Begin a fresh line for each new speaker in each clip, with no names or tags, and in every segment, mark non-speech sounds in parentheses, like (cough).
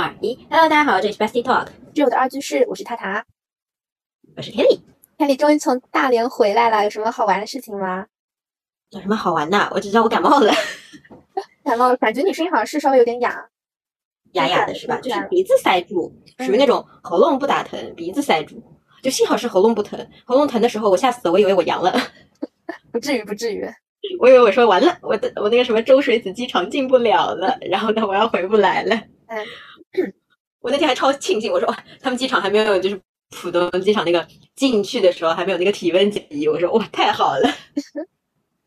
Hello，大家好，这里是 Bestie Talk，
这是我的二居室，我是塔塔。
我是 Kelly。
凯里终于从大连回来了，有什么好玩的事情吗？
有什么好玩的？我只知道我感冒了，
感冒，感觉你声音好像是稍微有点哑。
哑哑的是吧？就是
嗯
鼻子塞住，属于那种喉咙不打疼，鼻子塞住。就幸好是喉咙不疼，喉咙疼的时候我吓死了，我以为我阳了， (laughs)
不至于，不至于。
我以为我说完了，我的我那个什么周水子机场进不了了，然后呢我要回不来了。
嗯
(coughs) 我那天还超庆幸，我说哇，他们机场还没有就是浦东机场那个进去的时候还没有那个体温检疫，我说哇太好了。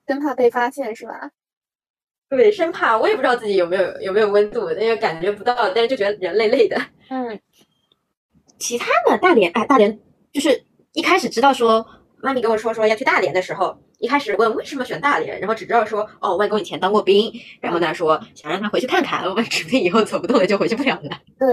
生怕被发现是吧？
对，生怕我也不知道自己有没有有没有温度，那个感觉不到，但是就觉得人累累的。 (laughs)
嗯
其他的大连，哎，大连就是一开始知道说妈咪跟我说说要去大连的时候，一开始问为什么选大连，然后只知道说哦，外公以前当过兵，然后呢说想让他回去看看，万指不定以后走不动了就回去不了了。
对，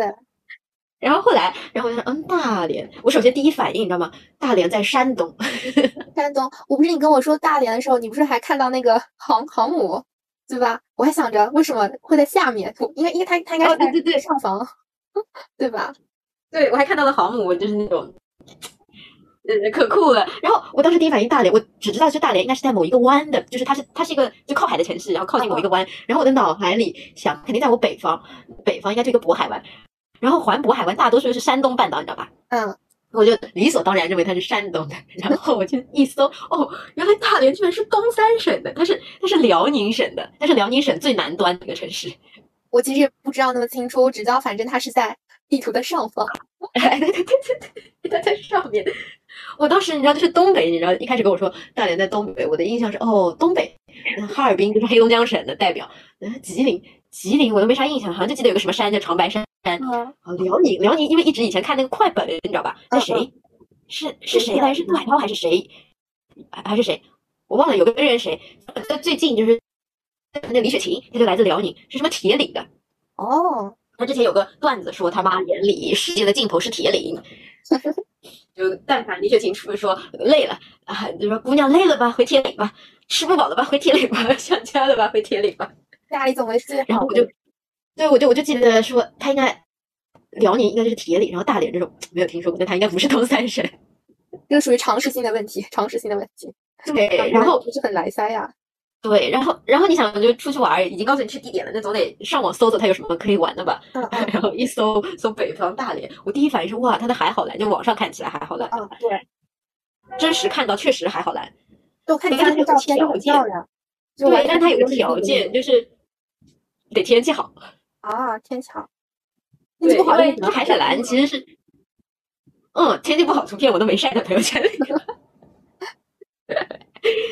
然后后来，然后我就说嗯，大连，我首先第一反应你知道吗？大连在山东， (laughs)
山东，我不是你跟我说大连的时候，你不是还看到那个航航母，对吧？我还想着为什么会在下面，我因为因为它它应该
哦
是在
对对对
上房， (laughs) 对吧？
对我还看到了航母，就是那种。呃，可酷了。然后我当时第一反应大连，我只知道是大连应该是在某一个湾的，就是它是它是一个就靠海的城市，然后靠近某一个湾。然后我的脑海里想，肯定在我北方，北方应该就一个渤海湾。然后环渤海湾大多数是山东半岛，你知道吧？
嗯，
我就理所当然认为它是山东的。然后我就一搜，哦，原来大连居然是东三省的，它是它是辽宁省的，它是辽宁省最南端的一个城市。
我其实也不知道那么清楚，我只知道反正它是在地图的上方。
(laughs) 哎，对对对对对，它在上面。我当时你知道，就是东北，你知道，一开始跟我说大连在东北，我的印象是哦，东
(laughs)
北，那哈尔滨就是黑龙江省的代表，嗯，吉林，吉林我都没啥印象，好像就记得有个什么山叫长白山。
嗯，
哦，辽宁，辽宁，因为一直以前看那个快本，你知道吧？那
嗯
谁，是是谁
嗯
来？是杜海涛还是谁？还还是谁？我忘了，有个人谁，呃最近就是那李雪琴，她就来自辽宁，是什么铁岭的。
哦，
他之前有个段子说他妈眼里世界的尽头是铁岭， (laughs) 就但凡李雪琴出说累了啊，就说姑娘累了吧，回铁岭吧；吃不饱了吧，回铁岭吧； (laughs) 想家了吧，回铁岭吧。
家里总归是
然后我就，对我就我就记得说他应该辽宁应该就是铁岭，然后大连这种没有听说过，但他应该不是东三省。
这个属于常识性的问题，常识性的问题。
对，然后
不是很来塞啊呀、
对，然后然后你想就出去玩儿，已经告诉你去地点了，那总得上网搜搜它有什么可以玩的吧。
嗯嗯
(laughs) 然后一搜搜北方大连，我第一反应是哇，它的海好蓝，就网上看起来还好蓝。
嗯，对，
真实看到确实还好蓝，
就我看你
对
看那
它
个
是有
照片就
条
很
件
漂亮，就
对
完，
但
全
它有
不
个
是那
条
种
件，就是得天气好。
啊，天气好，天
对，
气不
因
好就
为
只
这
能
海水蓝其实是，嗯，天气不好，图片我都没晒到朋友圈里。 (laughs)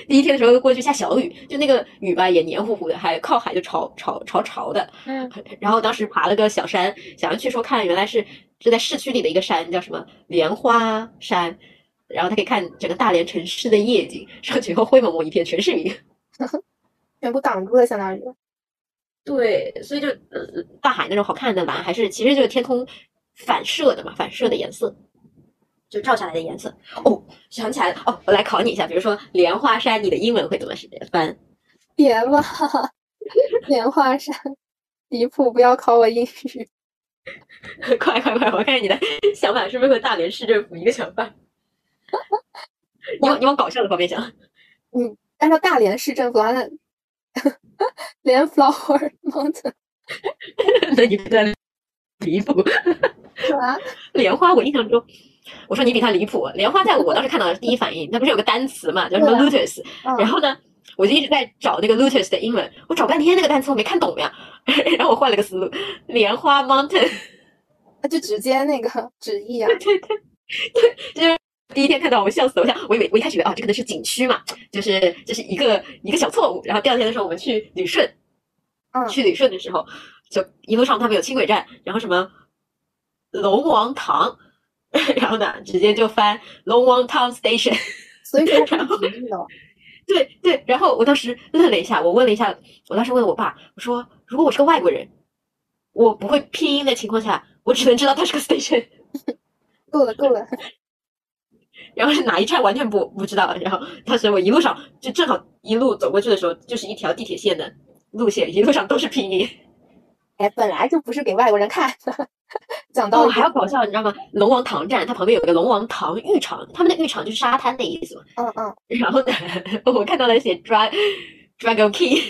第一天的时候过去下小雨，就那个雨吧也黏糊糊的，还靠海就潮潮潮潮的。
嗯，
然后当时爬了个小山，想要去说看，原来是是在市区里的一个山，叫什么莲花山，然后它可以看整个大连城市的夜景。 (laughs) 上去以后灰蒙蒙一片，全是云。
全部挡住了，相当于。
对，所以就呃，大海那种好看的蓝，还是其实就是天空反射的嘛，反射的颜色，就照下来的颜色。哦，想起来了，哦，我来考你一下，比如说莲花山，你的英文会怎么是翻？ (laughs)
别吧， (laughs) 莲花山，离谱！不要考我英语。
快快快，我看你的 (laughs) 想法是不是和大连市政府一个想法？你往你往搞笑的方面想， (laughs)
按照大连市政府按莲 flower (laughs) mountain
那你不断离谱。
是吧？
莲花，我印象中，我说你比他离谱。莲花在我当时看到的第一反应，那不是有个单词嘛，叫什么
对
lotus？然
嗯，
后呢，我就一直在找那个 lotus 的英文，我找半天那个单词我没看懂呀。 (laughs) 然后我换了个思路，莲花 mountain。 (laughs)
那就直接那个直译啊，
第一天看到我笑死了，我想我以为我一开始以为哦，这可能是景区嘛，就是这、是一个一个小错误。然后第二天的时候，我们去旅顺，
嗯
去旅顺的时候，就一路上他们有轻轨站，然后什么龙王堂， (laughs) 然后呢直接就翻龙王 town station。
所以说它是直译的。哦
对对，然后我当时愣了一下，我问了一下，我当时问我爸，我说如果我是个外国人，我不会拼音的情况下，我只能知道它是个 station， (laughs)
够了，够了。
然后是哪一站完全不不知道。然后当时我一路上就正好一路走过去的时候，就是一条地铁线的路线，一路上都是拼音。
哎，本来就不是给外国人看的，讲到
哦，
一
还
个
要搞笑，你知道吗？龙王塘站，它旁边有一个龙王塘浴场，他们的浴场就是沙滩的意思嘛。
嗯嗯，
然后呢， (laughs) 我看到了写 drag dragon king，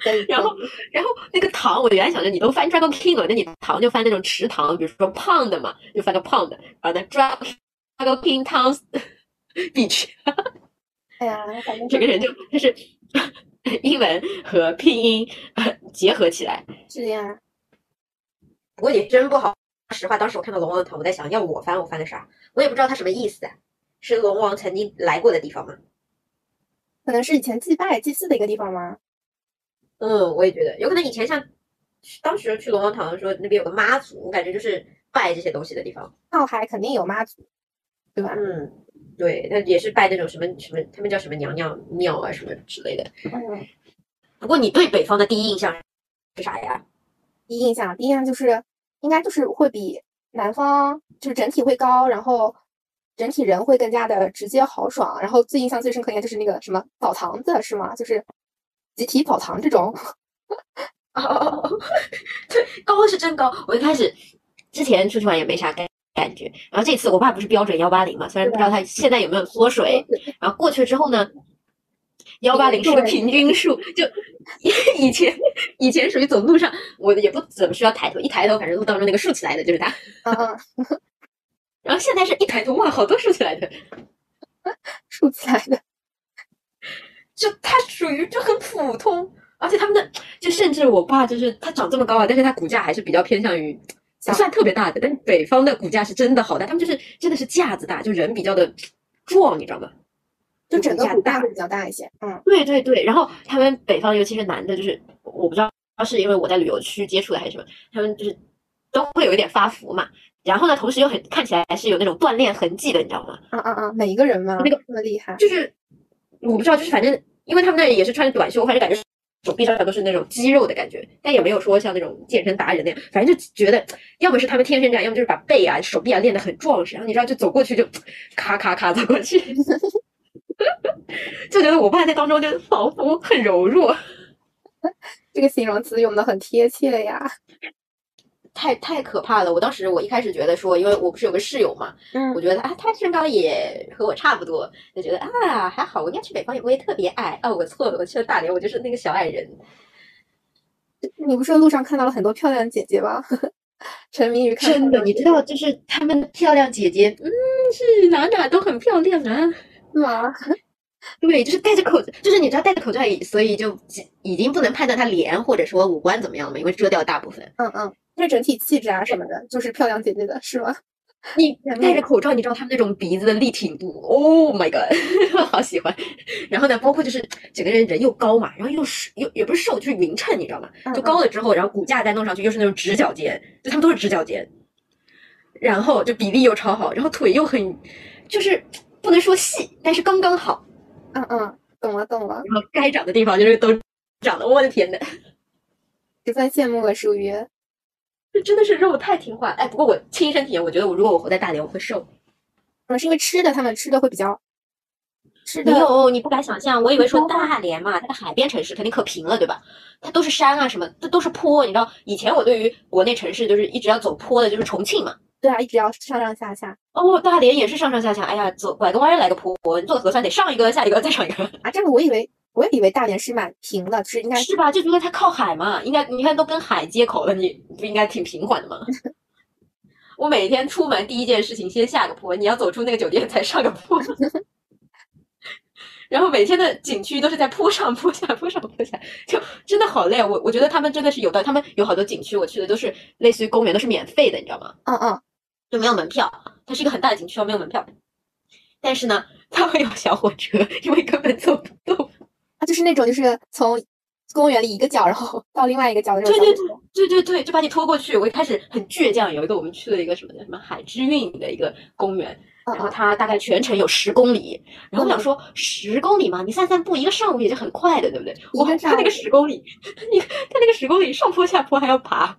可以。
然后
可以
然后那个塘，我原来想着你都翻 dragon king 了，那你塘就翻那种池塘，比如说 pond 嘛，就翻个 pond，然后呢 drag dragon king towns (laughs) beach， (laughs)
哎呀，反正
整个人就就是英文和拼音呃结合起来。
是这样。
不过也真不好。说实话，当时我看到龙王的塘，我在想，要我翻我翻个啥？我也不知道它什么意思、啊，是龙王曾经来过的地方吗？
可能是以前祭拜祭祀的一个地方吗？
嗯，我也觉得，有可能以前像当时去龙王塘的时候，那边有个妈祖，我感觉就是拜这些东西的地方。
靠海肯定有妈祖，对吧？
嗯，对，那也是拜那种什么什么，他们叫什么娘娘庙啊什么之类的。
嗯，
不过你对北方的第一印象是啥呀？
第一印象，第一印象就是应该就是会比南方就是整体会高，然后整体人会更加的直接豪爽，然后最印象最深刻应该就是那个什么澡堂子是吗？就是集体澡堂这种。
哦 (laughs) 哦哦，对，高是真高。我一开始之前出去玩也没啥感感觉，然后这次我爸不是标准幺八零嘛，虽然不知道他现在有没有缩水，然后过去之后呢，幺八零是个
对
平均数，就以前以前属于走路上我也不怎么需要抬头，一抬头反正路当中那个竖起来的就是他，
(laughs) 嗯嗯，
然后现在是一抬头哇，好多竖起来的，
竖起来的。
就他属于就很普通，而且他们的就甚至我爸就是他长这么高啊，但是他骨架还是比较偏向于不算特别大的，但北方的骨架是真的好大，他们就是真的是架子大，就人比较的壮，你知道吗？
就整个
骨架
骨架
大
会比较大一些，嗯，
对对对，然后他们北方尤其是男的，就是我不知道是因为我在旅游区接触的还是什么，他们就是都会有一点发福嘛，然后呢，同时又很看起来是有那种锻炼痕迹的，你知道吗？
啊啊啊，每一个人嘛，
那个
这么厉害，
就是我不知道，就是反正因为他们那里也是穿着短袖，我反正感觉手臂上都是那种肌肉的感觉，但也没有说像那种健身达人那样，反正就觉得要么是他们天生这样，要么就是把背啊、手臂啊练得很壮实，然后你知道就走过去就咔咔咔走过去， (laughs) 就觉得我爸在当中就仿佛很柔弱，
这个形容词用的很贴切呀。
太太可怕了。我当时我一开始觉得说，因为我不是有个室友嘛，
嗯
我觉得啊，他身高也和我差不多，就觉得啊还好，我应该去北方也不会特别矮。哦，我错了，我去了大连，我就是那个小矮人。
你不是路上看到了很多漂亮的姐姐吗？ (laughs) 沉迷于看
真
漂
的，
亮
你
姐
知道，就是她们漂亮姐姐，嗯，是哪哪都很漂亮啊。
姐吗？
对，就是戴着口，就是你知道戴着口罩，所以就已经不能判断她脸或者说五官怎么样了嘛，因为遮掉大部分。
嗯嗯，就是整体气质啊什么的，就是漂亮姐姐的是吗？
你
嗯
戴着口罩，你知道她们那种鼻子的立挺度，Oh my god，好 (laughs) 喜欢。然后呢，包括就是整个人人又高嘛，然后又瘦又也不是瘦，就是匀称，你知道吗？就
嗯
高了之后，然后骨架再弄上去，又是那种直角肩，就他们都是直角肩，然后就比例又超好，然后腿又很，就是不能说细，但是刚刚好，
嗯嗯嗯，懂了懂了，
然后该长的地方就是都长了，我的天呐，
十分羡慕了，属于
这真的是肉太听话了。哎，不过我亲身体验，我觉得我如果我活在大连，我会瘦。
嗯是因为吃的，他们吃的会比较吃
没
的
有，你不敢想象，我以为 (laughs) 说
说话
大连嘛，它的海边城市肯定可平了，对吧？它都是山啊什么，这都是坡。你知道，以前我对于国内城市就是一直要走坡的，就是重庆嘛。
对啊，一直要上上下下
哦，大连也是上上下下，哎呀，左拐个弯儿来个坡，你做个核酸得上一个，下一个，再上一个，
啊。这样我以为我也以为大连是蛮平的，就是应该
是吧？就觉得它靠海嘛，应该你看都跟海接口了，你不应该挺平缓的吗？ (laughs) 我每天出门第一件事情先下个坡，你要走出那个酒店才上个坡， (laughs) 然后每天的景区都是在坡上坡下坡上坡下，就真的好累。啊我我觉得他们真的是有道理，他们有好多景区我去的都是类似于公园都是免费的，你知道吗？
嗯嗯
就没有门票，它是一个很大的景区，没有门票。但是呢，它会有小火车，因为根本走不动。 (laughs)
啊，就是那种就是从公园里一个角，然后到另外一个角的那种
对
小
对
火车。
对对对，就把你拖过去。我一开始很倔强，有一个我们去了一个什么的什么海之韵的一个公园，
嗯
然后
嗯
它大概全程有十公里。然后我想说，十公里嘛，你散散步一个上午也就很快的，对不对？
一
哇，
个
它那
上
个
午
十公里，你它那个十公里上坡下坡还要爬，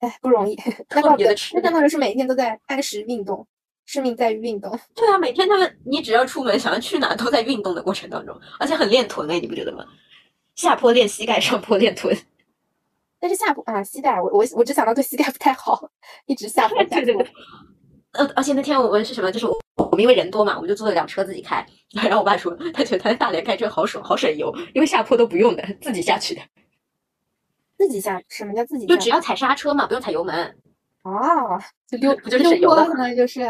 哎，不容易。那
特
怪不
别
得
的吃
那相当于是每天都在按时运动，生命在于运动。
对啊，每天他们你只要出门，想要去哪都在运动的过程当中，而且很练臀哎，你不觉得吗？下坡练膝盖，上坡练臀。
但是下部啊，西带，我我我只想到对膝盖不太好，一直下坡下坡。
(laughs) 对对对呃，而且那天我们是什么？就是我我们因为人多嘛，我们就租了辆车自己开。然后我爸说，他觉得他在大连开车好省，好省油，因为下坡都不用的，自己下去的，
自己下什么叫自己下？
就只要踩刹车嘛，不用踩油门。
啊，就 (laughs) 溜
不就是
溜
省油
坡
了
可能就是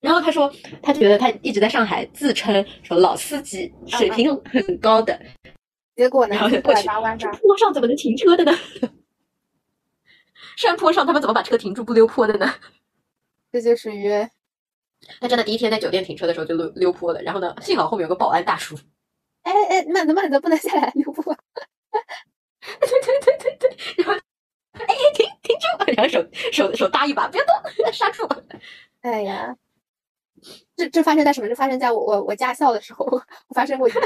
然后他说，他觉得他一直在上海自称说老司机，水平很高的，
结果呢
然后，就
就
过
拐
去
八弯
这
弯。
坡上怎么能停车的呢？ (laughs) 山坡上他们怎么把车停住不溜坡的呢？
这就属于哎
他真的第一天在酒店停车的时候就溜溜坡了，然后呢，幸好后面有个保安大叔，
哎哎，慢着慢着，不能下来溜步啊。
对对对对对，然后哎哎停停住，然后手手手搭一把，别动，刹住。
哎呀，这这发生在什么？这发生在我我我驾校的时候，我发生过一次。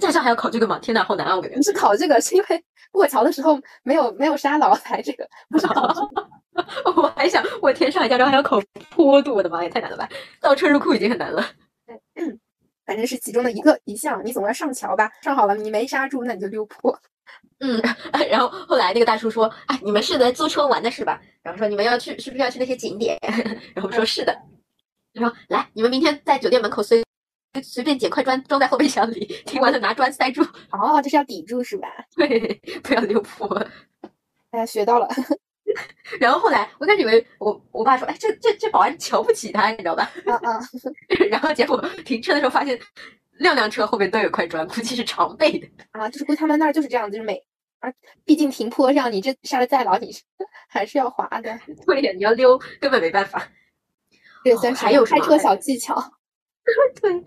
驾校还要考这个吗？天哪，好难啊！我感觉
不是考这个，是因为过桥的时候没有没有沙老才这个，不是考这个
我还想，我天，上海驾照还要考坡度，我的妈呀，太难了吧！倒车入库已经很难了。
反正是其中的一个一项，你总要上桥吧？上好了，你没刹住，那你就溜坡。
嗯，然后后来那个大叔说：“哎，你们是来租车玩的是吧？”然后说：“你们要去是不是要去那些景点？”然后我们说：“是的。”他说：“来，你们明天在酒店门口随随便捡块砖装在后备箱里，听完了拿砖塞住，
哦，这是要抵住是吧？
对，不要溜坡。”
哎，学到了。
然后后来我开始以为我我爸说，哎，这这这保安瞧不起他，你知道吧？ (laughs)
嗯嗯，
然后结果停车的时候发现，辆辆车后面都有块砖，估计是常备的。
啊，就是估计他们那儿就是这样，就是每，而毕竟平坡上你这刹的再牢，你是 (laughs) 还是要滑的。
对呀，你要溜根本没办法。
这
哦
算是
还有什
开
么
车小技巧。
对，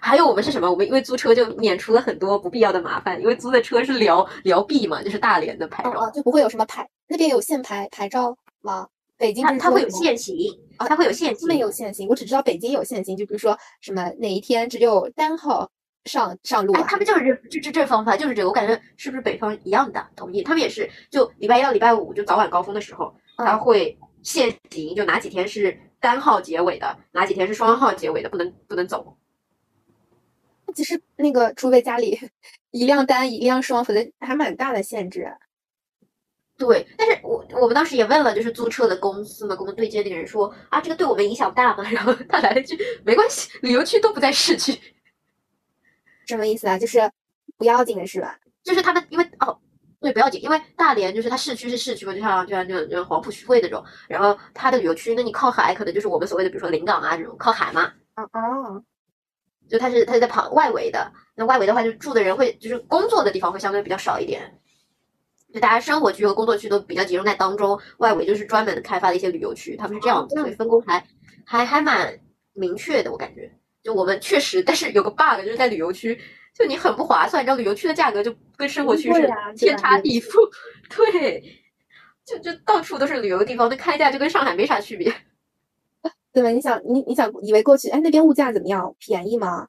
还有我们是什么？我们因为租车就免除了很多不必要的麻烦，因为租的车是辽辽 B 嘛，就是大连的牌
嗯
照，
嗯，就不会有什么牌，那边有限牌牌照吗？北京
它
就是
它
说
会有
什么
限行，
啊
它会有限
他们
行。
有限行，我只知道北京有限行，就比如说什么哪一天只有单号上上路
哎
啊，，
他们就是这这这方法，就是这个，我感觉是不是北方一样的？同意，他们也是，就礼拜一到礼拜五就早晚高峰的时候，它
啊
会限行，就哪几天是单号结尾的，哪几天是双号结尾的，不能不能走。
其实那个除非家里 (laughs) 一辆单一辆双，否则还蛮大的限制。啊
对，但是我我们当时也问了，就是租车的公司嘛，跟我们对接那个人说啊，这个对我们影响大吗？ (laughs) 然后他来了一句，没关系，旅游区都不在市区，
什么意思啊？就是不要紧的是吧？
就是他们因为哦。对，不要紧，因为大连就是它市区是市区嘛，就像就像就像黄浦徐汇那种，然后它的旅游区，那你靠海可能就是我们所谓的，比如说临港啊这种靠海嘛，
啊
哦
啊，
就它是它是在旁外围的，那外围的话，就住的人会就是工作的地方会相对比较少一点，就大家生活区和工作区都比较集中在当中，外围就是专门开发的一些旅游区，他们是这样
哦
子，
这样
所以分工还还还蛮明确的，我感觉。就我们确实，但是有个 bug 就是在旅游区，就你很不划算，你知道旅游区的价格就跟生活区
很
是
贵啊对
天
吧
差
旅
地覆， (laughs) 对，就就到处都是旅游地方，那开价就跟上海没啥区别。
对吧？你想你你想以为过去，哎，那边物价怎么样？便宜吗？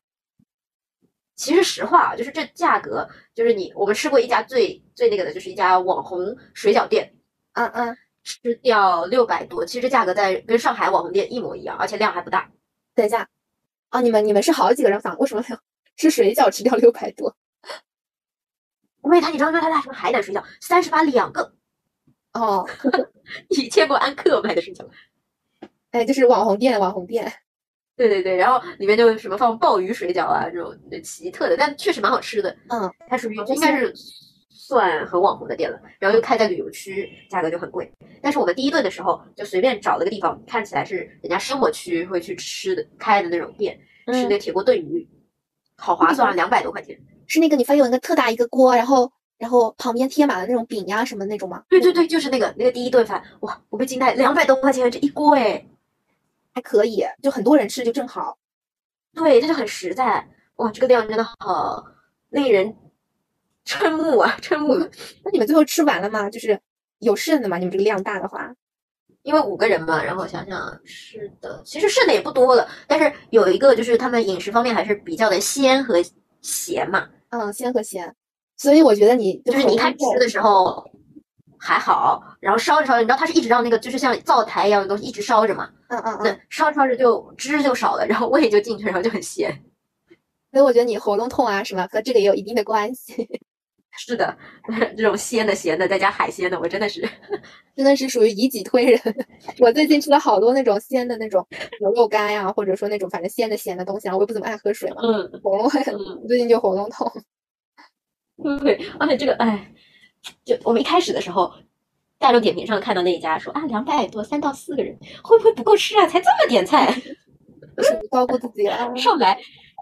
其实实话啊，就是这价格，就是你我们吃过一家最最那个的，就是一家网红水饺店，
嗯嗯，
吃掉六百多，其实价格在跟上海网红店一模一样，而且量还不大。
等一下，啊，你们你们是好几个人想为什么没有吃水饺吃掉六百多？
因为它你知道吗？它那什么海胆水饺，三十八两个， (laughs)
哦，
你见过安克卖的水饺吗？
哎，就是网红店，网红店。
对对对，然后里面就什么放鲍鱼水饺啊这种奇特的，但确实蛮好吃的。
嗯，
它属于
好
应该是算很网红的店了，然后又开在旅游区，价格就很贵。但是我们第一顿的时候就随便找了个地方，看起来是人家生活区会去吃的开的那种店，吃那
嗯
个铁锅炖鱼，好划算啊，两百多块钱。
是那个你发现有一个特大一个锅，然后然后旁边贴满了那种饼呀、什么那种吗？
对对对，就是那个那个第一顿饭，哇，我被惊呆，两百多块钱这一锅哎，
还可以，就很多人吃就正好。
对，这就很实在，哇，这个量真的好令人瞠目啊，瞠目。
那你们最后吃完了吗？就是有剩的吗？你们这个量大的话，
因为五个人嘛，然后想想是的，其实剩的也不多了，但是有一个就是他们饮食方面还是比较的鲜和咸嘛，
嗯，鲜和咸。所以我觉得你
就是你一开始吃
的
的时候还好，然后烧着烧着，你知道它是一直让那个就是像灶台一样的东西一直烧着嘛，
嗯嗯
那
嗯。
烧着烧着就汁就少了，然后味就进去，然后就很咸。
所以我觉得你喉咙痛啊什么和这个也有一定的关系。
是的， (laughs) 这种鲜的、咸的，再加海鲜的，我真的是
真的是属于以己推人。 (laughs) 我最近吃了好多那种鲜的那种牛肉干呀、或者说那种反正鲜的咸的东西，然啊后我又不怎么爱喝水嘛，
嗯。
喉咙会很，
嗯
最近就喉咙痛。
对，而且这个，哎，就我们一开始的时候，大众点评上看到那一家说啊，两百多，三到四个人，会不会不够吃啊？才这么点菜，
是不是高估自己了啊？
上来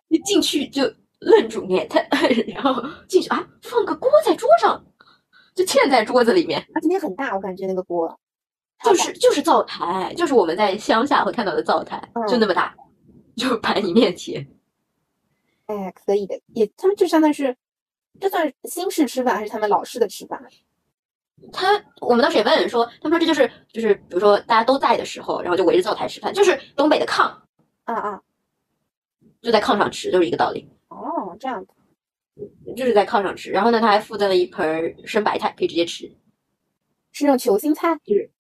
一进去就愣住，你他， (laughs) 然后进去啊，放个锅在桌上，就嵌在桌子里面，
它今天很大，我感觉那个锅
就
超
是就是灶台，就是我们在乡下会看到的灶台，就
嗯
那么大，就摆一面铁，
大哎，可以的，也他们就相当于是，这算是新式吃法还是他们老式的吃法？
他我们当时也问说，他们说这就是就是比如说大家都在的时候，然后就围着灶台吃饭，就是东北的炕。
啊啊，
就在炕上吃，就是一个道理，
哦，这样子，
就是在炕上吃。然后呢，他还附赠了一盆儿生白菜，可以直接吃。
是那种球心菜，
是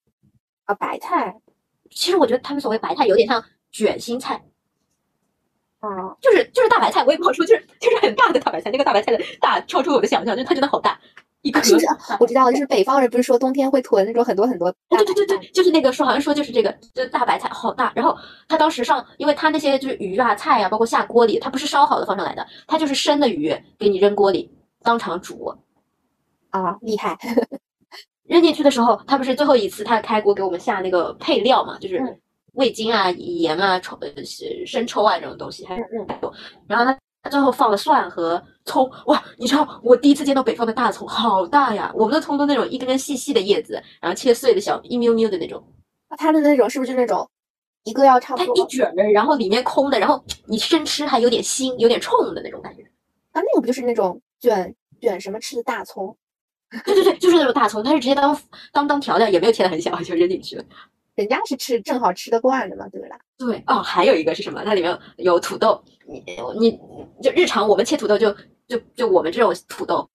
啊，白菜
其实我觉得他们所谓白菜有点像卷心菜，
啊，
就是就是大白菜，我也不好说，就是就是很大的大白菜，那个大白菜的大超出我的想象，就是它真的好大，一颗。
是不是
啊哦
我知道了，就是北方人不是说冬天会囤那种很多很多大
对
白
对对对，就是那个说，好像说就是这个，就是大白菜好大。然后他当时上，因为他那些就是鱼啊、菜啊，包括下锅里，他不是烧好的放上来的，他就是生的鱼给你扔锅里当场煮。
啊，厉害，
扔进去的时候，他不是最后一次他开锅给我们下那个配料嘛，就是
嗯
味精啊、盐啊、抽呃是生抽啊这种东西，还
嗯嗯，
然后他他最后放了蒜和葱，哇！你知道我第一次见到北方的大葱，好大呀！我们的葱都那种一根根细细的叶子，然后切碎的小一咪咪的那种，
它的那种是不是就那种一个要差
它
不
一
多
卷儿，然后里面空的，然后你生吃还有点腥，有点冲的那种感觉。
啊？那个不就是那种卷卷什么吃的大葱，
对对对，就是那种大葱，它是直接当当当调料，也没有切的很小，就扔进去了。
人家是吃正好吃得惯的嘛，对不啦？
对哦，还有一个是什么？它里面有土豆，你你就日常我们切土豆就就就我们这种土豆，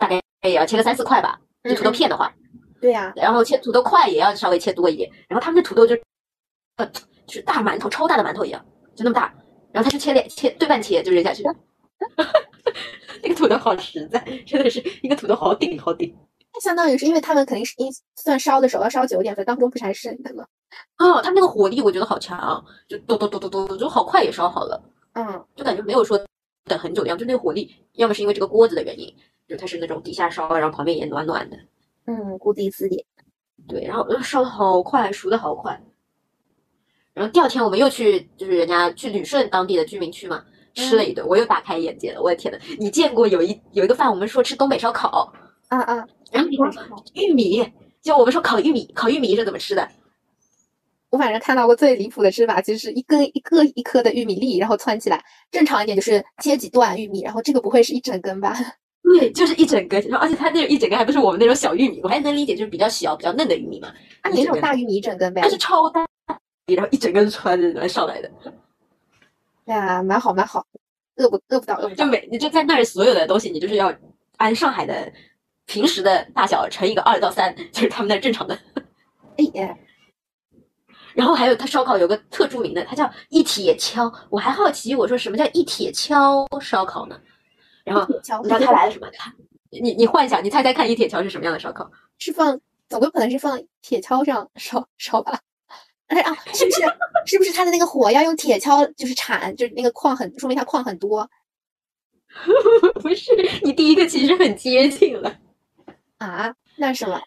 大概也要切个三四块吧，就土豆
嗯嗯
片的话，
对呀、
然后切土豆块也要稍微切多一点。然后他们这土豆就，呃，就是大馒头，超大的馒头一样，就那么大。然后他就切两切对半切就扔下去， (laughs) 那个土豆好实在，真的是一个土豆好顶好顶。
那相当于是因为他们肯定是一算烧的时候要烧久一点，所以当中不是还剩的吗？
哦，他们那个火力我觉得好强，就咚咚咚咚咚，就好快也烧好了。
嗯，
就感觉没有说等很久的样子，就那个火力，要么是因为这个锅子的原因，就它是那种底下烧，啊然后旁边也暖暖的，
嗯，顾第四点。
对，然后呃烧的好快，熟的好快。然后第二天我们又去，就是人家去旅顺当地的居民区嘛，吃了一顿，我又大开眼界了，我的天呐，你见过有一有一个饭，我们说吃东北烧烤，
啊啊，
然后你说玉米，就我们说烤玉米，烤玉米是怎么吃的？
我反正看到过最离谱的吃法，就是一根一个一颗的玉米粒，然后窜起来。正常一点就是切几段玉米，然后这个不会是一整根吧？
对，就是一整根，然后而且它那一整根还不是我们那种小玉米，我还能理解，就是比较小、比较嫩的玉米嘛，
啊，
一
你
整
那种
根
大玉米一整根呗
它？是超大，然后一整根穿着上来的，
对啊，蛮好蛮好，饿不饿不到饿不
就
到。
每你就在那儿所有的东西，你就是要按上海的平时的大小乘以个二到三，就是他们那儿正常的。
哎耶，
然后还有他烧烤有个特著名的，它叫一铁锹，我还好奇我说什么叫一铁锹烧烤呢？然
(laughs)
后
巧
你知道他来了什么？他你你幻想，你猜猜看，一铁锹是什么样的烧烤？ (laughs)
是放，总归不可能是放铁锹上烧 (laughs) 烧吧？哎啊，是不是是不是它的那个火要用铁锹就是铲，就是那个矿很，说明它矿很多
不是，你第一个其实很接近了。
啊？那是什么？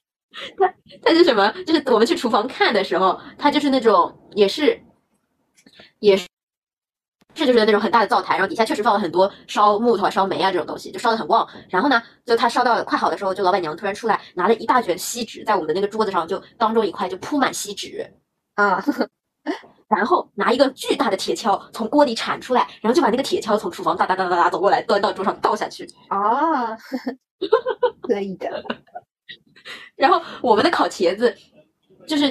它是什么？就是我们去厨房看的时候，它就是那种也是，也是，这就是那种很大的灶台，然后底下确实放了很多烧木头啊、烧煤啊这种东西，就烧的很旺。然后呢，就它烧到快好的时候，就老板娘突然出来拿了一大卷锡纸，在我们的那个桌子上就当中一块就铺满锡纸，
啊，
然后拿一个巨大的铁锹从锅里铲出来，然后就把那个铁锹从厨房哒哒哒哒哒走过来，端到桌上倒下去。
啊， (laughs) 可以的。
然后我们的烤茄子，就是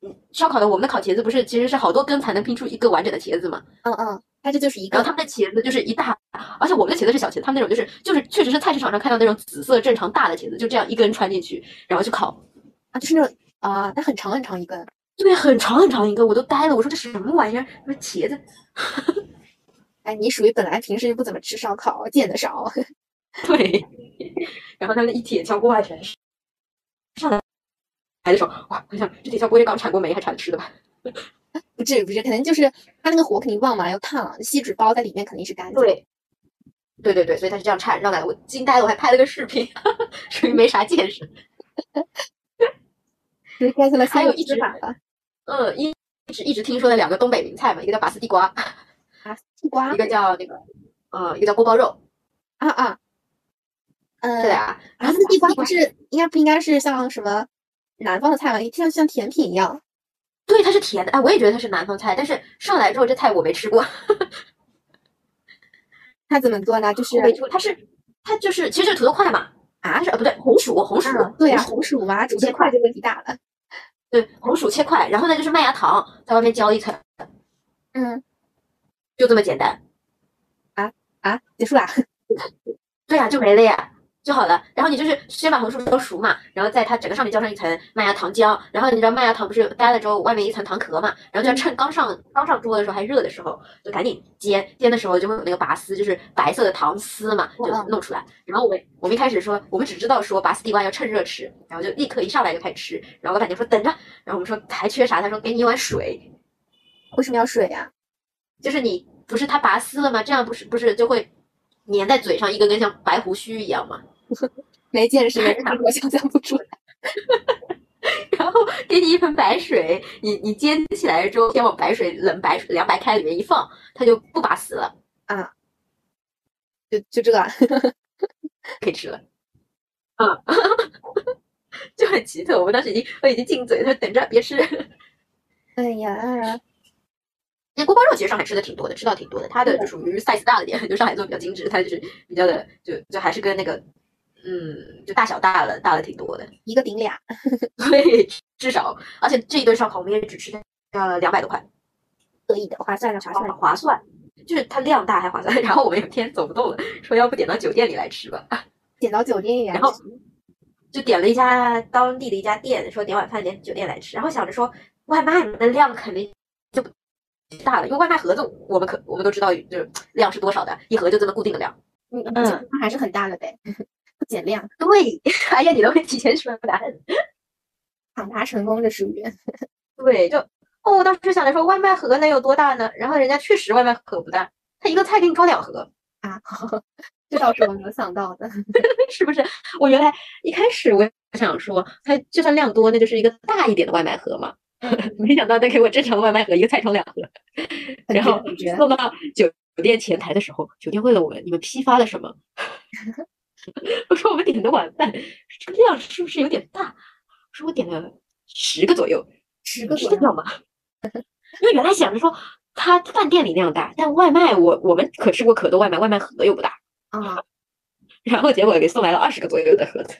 嗯烧烤的，我们的烤茄子不是其实是好多根才能拼出一个完整的茄子嘛？
嗯嗯，它这就是一
然
个
后他们的茄子就是一大，而且我们的茄子是小茄子，他们那种就是就是确实是菜市场上看到那种紫色正常大的茄子，就这样一根穿进去，然后去烤。
啊，就是那种啊，那很长很长一根。
对，很长很长一根，我都呆了。我说这什么玩意儿？我说茄子，
哎，你属于本来平时就不怎么吃烧烤，见得少。 (laughs)
对，然后他们一铁锹锅外全是。上来来的时候，哇，我想这铁锹锅也刚铲过煤，还铲吃的吧？
不至于，不至于，肯定就是它那个火肯定旺嘛，又烫，锡纸包在里面肯定是干净。，
对，对对对，所以他是这样铲上来的。我惊呆了，我还拍了个视频， (laughs) 属于没啥见识。
就是 get 了
还
新
有
的
一
吃
直
法了。
嗯，一一直一直听说的两个东北名菜嘛，一个叫拔丝地瓜，
啊，地瓜
一个叫那个，呃，一个叫锅包肉，啊
啊啊，
这
嗯，
俩。
然后那个地瓜不是应该不应该是像什么南方的菜嘛，像像甜品一样。
对，它是甜的，哎，我也觉得它是南方菜，但是上来之后这菜我没吃过，
它怎么做呢？ (laughs) 就是
我没吃过，它是它就是其实就是土豆块嘛，
啊
它是呃不对，红薯红薯
啊，对呀、
呀，
红薯嘛，煮
切
切块就问题大了。
对红薯切块，然后呢就是麦芽糖在外面浇一层，
嗯
就这么简单。
啊，结束啦。
对呀、就没了呀，就好了。然后你就是先把红薯烧熟嘛，然后在它整个上面浇上一层麦芽糖浆，然后你知道麦芽糖不是掰了之后外面一层糖壳嘛，然后就要趁刚上刚上桌的时候还热的时候，就赶紧煎，煎的时候就会有那个拔丝，就是白色的糖丝嘛，就
嗯嗯
弄出来。然后我们我们一开始说，我们只知道说拔丝地瓜要趁热吃，然后就立刻一上来就开始吃，然后老板娘说等着，然后我们说还缺啥？他说给你一碗水，
为什么要水呀、
就是你不是它拔丝了吗？这样不是不是就会粘在嘴上一根根像白胡须一样吗？
没见识，没见识，我想象不出来。
然后给你一盆白水，你你煎起来之后，先往白水冷白水凉白开里面一放，它就不拔丝了，
就就这个啊，
可以吃了。嗯， (laughs) 就很奇特。我们当时已经我已经进嘴，他说等着别吃。
(laughs) 哎呀，
那锅包肉其实上海吃的挺多的，吃到挺多的。它的就属于 size 大了点，就上海做比较精致，它就是比较的就就还是跟那个嗯，就大小大了大了挺多的。
一个顶俩，
对，至少而且这一顿烧烤我们也只吃掉了两百多块。
可以的，划算的，划算的。
划算，就是它量大还划算。 (laughs) 然后我们有一天走不动了，说要不点到酒店里来吃吧，
点到酒店里来
然后就点了一家当地的一家店，说点晚饭点酒店来吃。然后想着说外卖的量肯定就不大了，因为外卖盒子我们可我们都知道就是量是多少的，一盒就这么固定的量。
嗯，
嗯
嗯，还是很大的呗， (laughs) 不减量，
对， (laughs) 哎呀，你都会提前说答案。
抢答成功这属于。
对，就哦，我当时想着说外卖盒能有多大呢？然后人家确实外卖盒不大，他一个菜给你装两盒。
啊， (laughs) 这倒是我没有想到的。 (laughs)
是不是？我原来一开始我也想说，它就算量多，那就是一个大一点的外卖盒嘛。
嗯
没想到他给我正常外卖盒，一个菜装两盒。
很
然
绝
后
很绝
送到酒店前台的时候，酒店问了我们：“你们批发了什
(laughs)
么？”我说：“我们点的晚饭，这个量是不是有点大？”我说：“我点了十个左右。”
十
你
个
们是这
左右，
样吗？因为原来想着说，他饭店里量大，但外卖我我们可吃过可多外卖，外卖盒又不大，
啊，
然后结果给送来了二十个左右的盒子。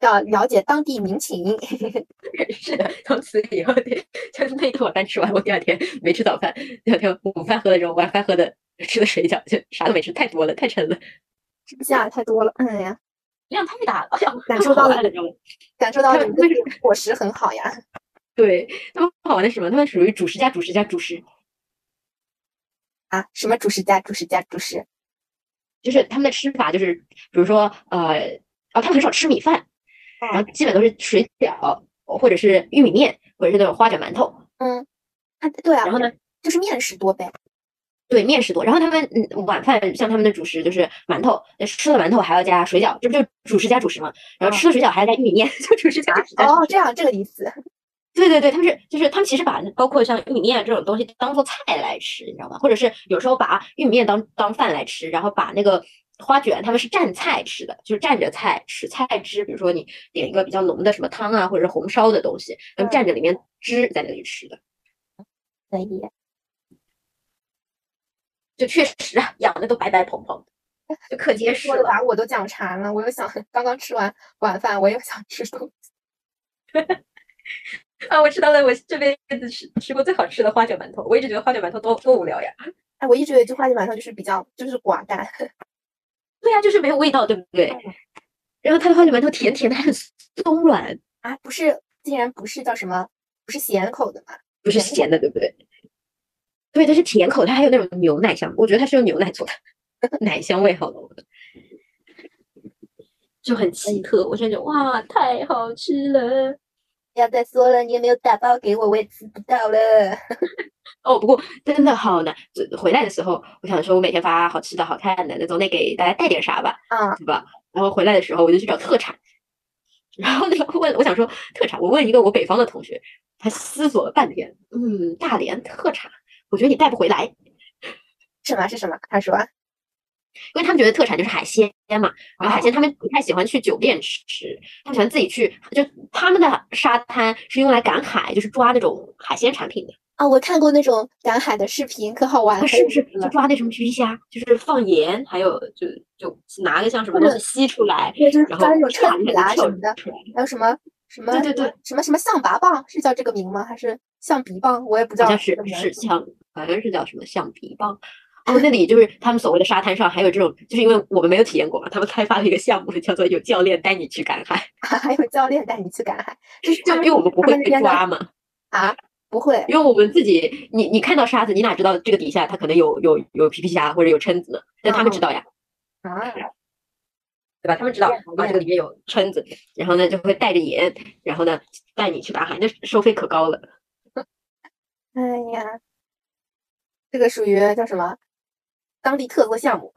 要了解当地民情。 (laughs)
是的，从此以后，就是那顿晚饭吃完，我第二天没吃早饭，第二天午饭喝的粥，晚饭喝的吃的水饺，就啥都没吃，太多了，太沉了，
吃不下太多了，哎呀，
量太大了，哎呀
感
他
受
们好
到了
玩的知道吗？
感受到
他
你
们为
们的伙食很好呀。
(laughs) 对他们好玩的是什么？他们属于主食加主食加主食，
啊，什么主食加主食加主食，
就是他们的吃法就是，比如说呃，哦，他们很少吃米饭，然后基本都是水饺或者是玉米面，或者是那种花卷馒头，
嗯，啊，对啊，
然后呢，
就是面食多呗。
对，面食多。然后他们嗯晚饭像他们的主食就是馒头，呃吃了馒头还要加水饺，这不就主食加主食嘛？然后
嗯
吃了水饺还要加玉米面，就主食加主食加主食。
哦，这样这个意思。
对对对，他们是就是他们其实把包括像玉米面这种东西当做菜来吃，你知道吗？或者是有时候把玉米面当当饭来吃，然后把那个花卷他们是蘸菜吃的，就是蘸着菜吃菜汁，比如说你点一个比较浓的什么汤啊，或者是红烧的东西，他们蘸着里面汁在那里吃的，
可以，
就确实啊，养的都白白胖胖的，就可结实
说的
了。
把我都讲馋了，我又想刚刚吃完晚饭，我又想吃东西。
(laughs) 啊，我吃到了我这辈子吃吃过最好吃的花卷馒头。我一直觉得花卷馒头多多无聊呀。
哎，我一直觉得这花卷馒头就是比较就是寡淡，
对呀、就是没有味道，对不对？然后它的花卷馒头甜甜的，还很松软，
啊，不是，竟然不是叫什么，不是咸口的嘛？
不是咸的，对不对？对，它是甜口，它还有那种牛奶香，我觉得它是用牛奶做的，奶香味好浓。就很奇特。我现在就哇，太好吃了。
不要再说了，你也没有打包给我，我也吃不到了。
哦，不过真的好难。这回来的时候，我想说，我每天发好吃的好看的，那总得给大家带点啥吧，
啊、
对吧？然后回来的时候，我就去找特产。然后那个问，我想说特产，我问一个我北方的同学，他思索了半天，嗯，大连特产，我觉得你带不回来，
什么是什么？他说
因为他们觉得特产就是海鲜嘛，然后海
哦
鲜他们不太喜欢去酒店吃，他们喜欢自己去，就他们的沙滩是用来赶海，就是抓那种海鲜产品的。
啊，我看过那种赶海的视频，可好玩
啊，
了。
是不是就抓那什么皮皮虾，就是放盐，还有就就拿个像什么东西吸出来，
对，就是
然后
抓那种
啪
秤
一
子
下
啊
就跳
什么的，
出来，
还有什么什么
对对对
什么什么象拔蚌，是叫这个名吗？还是象鼻蚌？我也不知
好
道
像
这
是
个名儿。
是像好像是叫什么橡皮棒。哦，那里就是他们所谓的沙滩上还有这种，就是因为我们没有体验过嘛，他们开发了一个项目叫做有教练带你去赶海，
(laughs) 还有教练带你去赶海， (laughs) 就是就
因
是
为我们不
他
会
们那
去
边的
抓嘛。
啊，不会
因为我们自己，你你看到沙子，你哪知道这个底下它可能有有有皮皮虾或者有蛏子呢？但他们
嗯
知道呀，
啊，
对吧？他们知道
对好
啊，这
厉
个里面有蛏子，然后呢就会带着盐，然后呢带你去打海，那收费可高了。
哎呀，这个属于叫什么当地特色项目？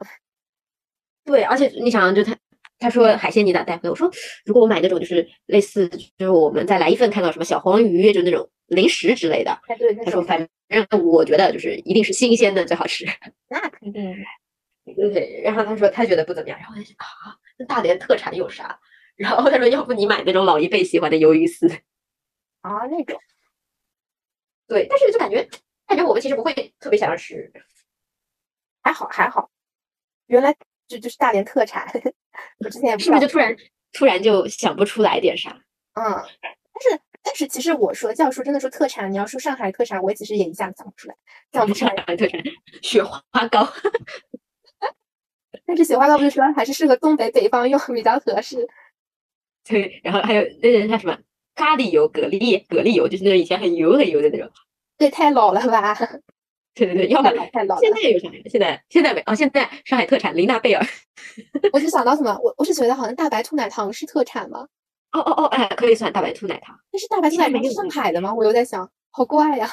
对，而且你想，啊就他他说海鲜你咋带回来？我说如果我买那种就是类似就是我们在来一份看到什么小黄鱼，就那种零食之类的，
哎，对，那
他说
种
反正我觉得就是一定是新鲜的最好吃。 (laughs)
那肯
嗯
定
对，然后他说他觉得不怎么样，然后我就想啊，那大连特产有啥？ (laughs) 然后他说，要不你买那种老一辈喜欢的鱿鱼丝。
啊，那种
对，但是就感觉感觉我们其实不会特别想要吃。
还好还好。原来这就是大连特产， (laughs) 我之前也不
是
知
不
道
是就突然突然就想不出来点啥？
嗯，但是但是其实我说，要说真的说特产，你要说上海特产，我其实也一下子想不出来，想不出来。
特产雪花膏，
但是雪花膏不是说还是适合东北北方用比较合适？
对，然后还有那个叫什么咖喱油、蛤蜊、蛤蜊油，就是那种以前很油很油的那种。
这也太老了吧，太
对对对，要么
老太老了
现。在有啥呀？现在现在没哦，现在上海特产林娜贝尔。
我就想到什么，我我是觉得好像大白兔奶糖是特产吗？
哦哦哦，哎，可以算大白兔奶糖。
但是大白兔
现在
奶糖
没有
是上
了
海的吗？我又在想，好怪呀、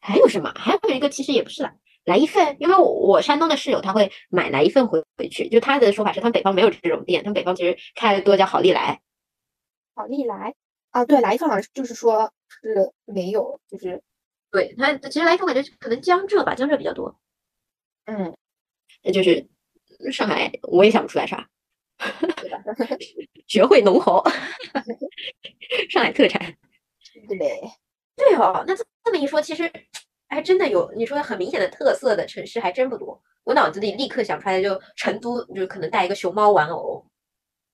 还有什么？还有一个其实也不是啦，来一份，因为我我山东的室友他会买来一份回回去，就他的说法是他们北方没有这种店，他们北方其实开的多叫好利来，
好利来啊，对，来一份好像是就是说是没有，就是
对他其实来一份感觉可能江浙吧，江浙比较多，
嗯，
那就是上海我也想不出来啥，
对吧？
学会农 (laughs) 活，上海特产。
对，
对哦，那这这么一说，其实还真的有你说很明显的特色的城市还真不多。我脑子里立刻想出来的就成都，就可能带一个熊猫玩偶，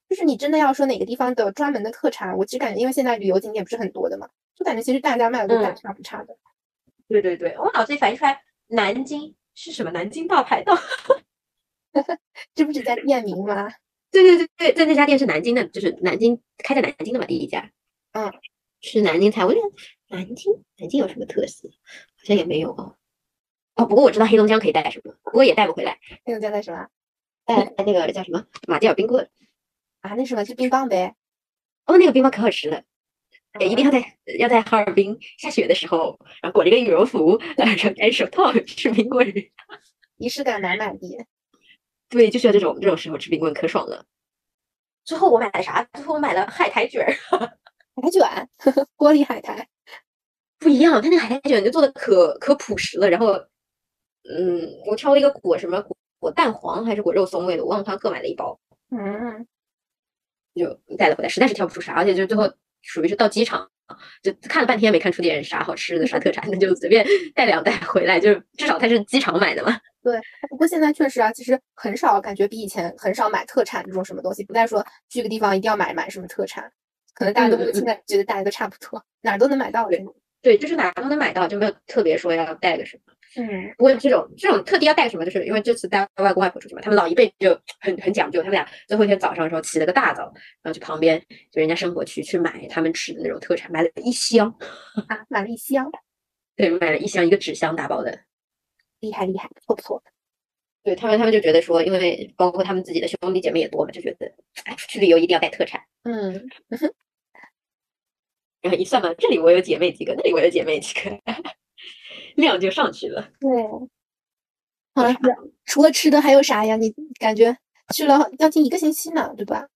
就是你真的要说哪个地方的专门的特产，我其实感觉因为现在旅游景点不是很多的嘛，就感觉其实大家卖的都大
嗯
差不差的。
对对对，我脑子里反应出来南京是什么？南京大排档。
这不是在店名吗？
对对对对，但那家店是南京的，就是南京开在南京的嘛，第一家。
嗯，
是南京菜。我觉得南京南京有什么特色？好像也没有哦。哦，不过我知道黑龙江可以带什么，不过也带不回来，
那个叫那什么
带带那个叫什么马迭尔冰棍。
啊？那什么是冰棒呗？
哦，那个冰棒可好吃了。也一定
啊
要在要在哈尔滨下雪的时候，然后裹着个羽绒服，然后戴着手套吃冰棍。
仪式感满满地。
对，就是要这种这种时候吃冰棍可爽了。最后我买了啥？最后我买了海苔卷儿，
海苔卷， (laughs) 玻璃海苔，
不一样，它那个海苔卷就做的可可朴实了。然后，嗯，我挑了一个果什么果果蛋黄还是果肉松味的，我忘了，他各买了一包，
嗯，
就带了回来，实在是挑不出啥，而且就最后属于是到机场。就看了半天没看出点啥好吃的啥特产，那就随便带两袋回来，就是至少它是机场买的嘛。
不过现在确实啊，其实很少，感觉比以前很少买特产这种什么东西，不再说去个地方一定要买买什么特产，可能大家都
嗯
会
嗯
现在觉得大家都差不多，哪儿都能买到的
对。对，就是哪都能买到，就没有特别说要带个什么。
嗯，
不过这种这种特地要带什么，就是因为这次带外公外婆出去嘛，他们老一辈就很很讲究，他们俩最后一天早上的时候起了个大早，然后去旁边就人家生活区去买他们吃的那种特产，买了一箱，
啊，买了一箱，
对，买了一箱一个纸箱打包的。
厉害厉害，不错不错。
对他们，他们就觉得说，因为包括他们自己的兄弟姐妹也多嘛，就觉得，哎，出去旅游一定要带特产。
嗯，
然后一算嘛，这里我有姐妹几个，那里我有姐妹几个， (laughs) 量就上去了。
对。好了，除了吃的还有啥呀？你感觉去了将近一个星期呢，对 (laughs) 吧？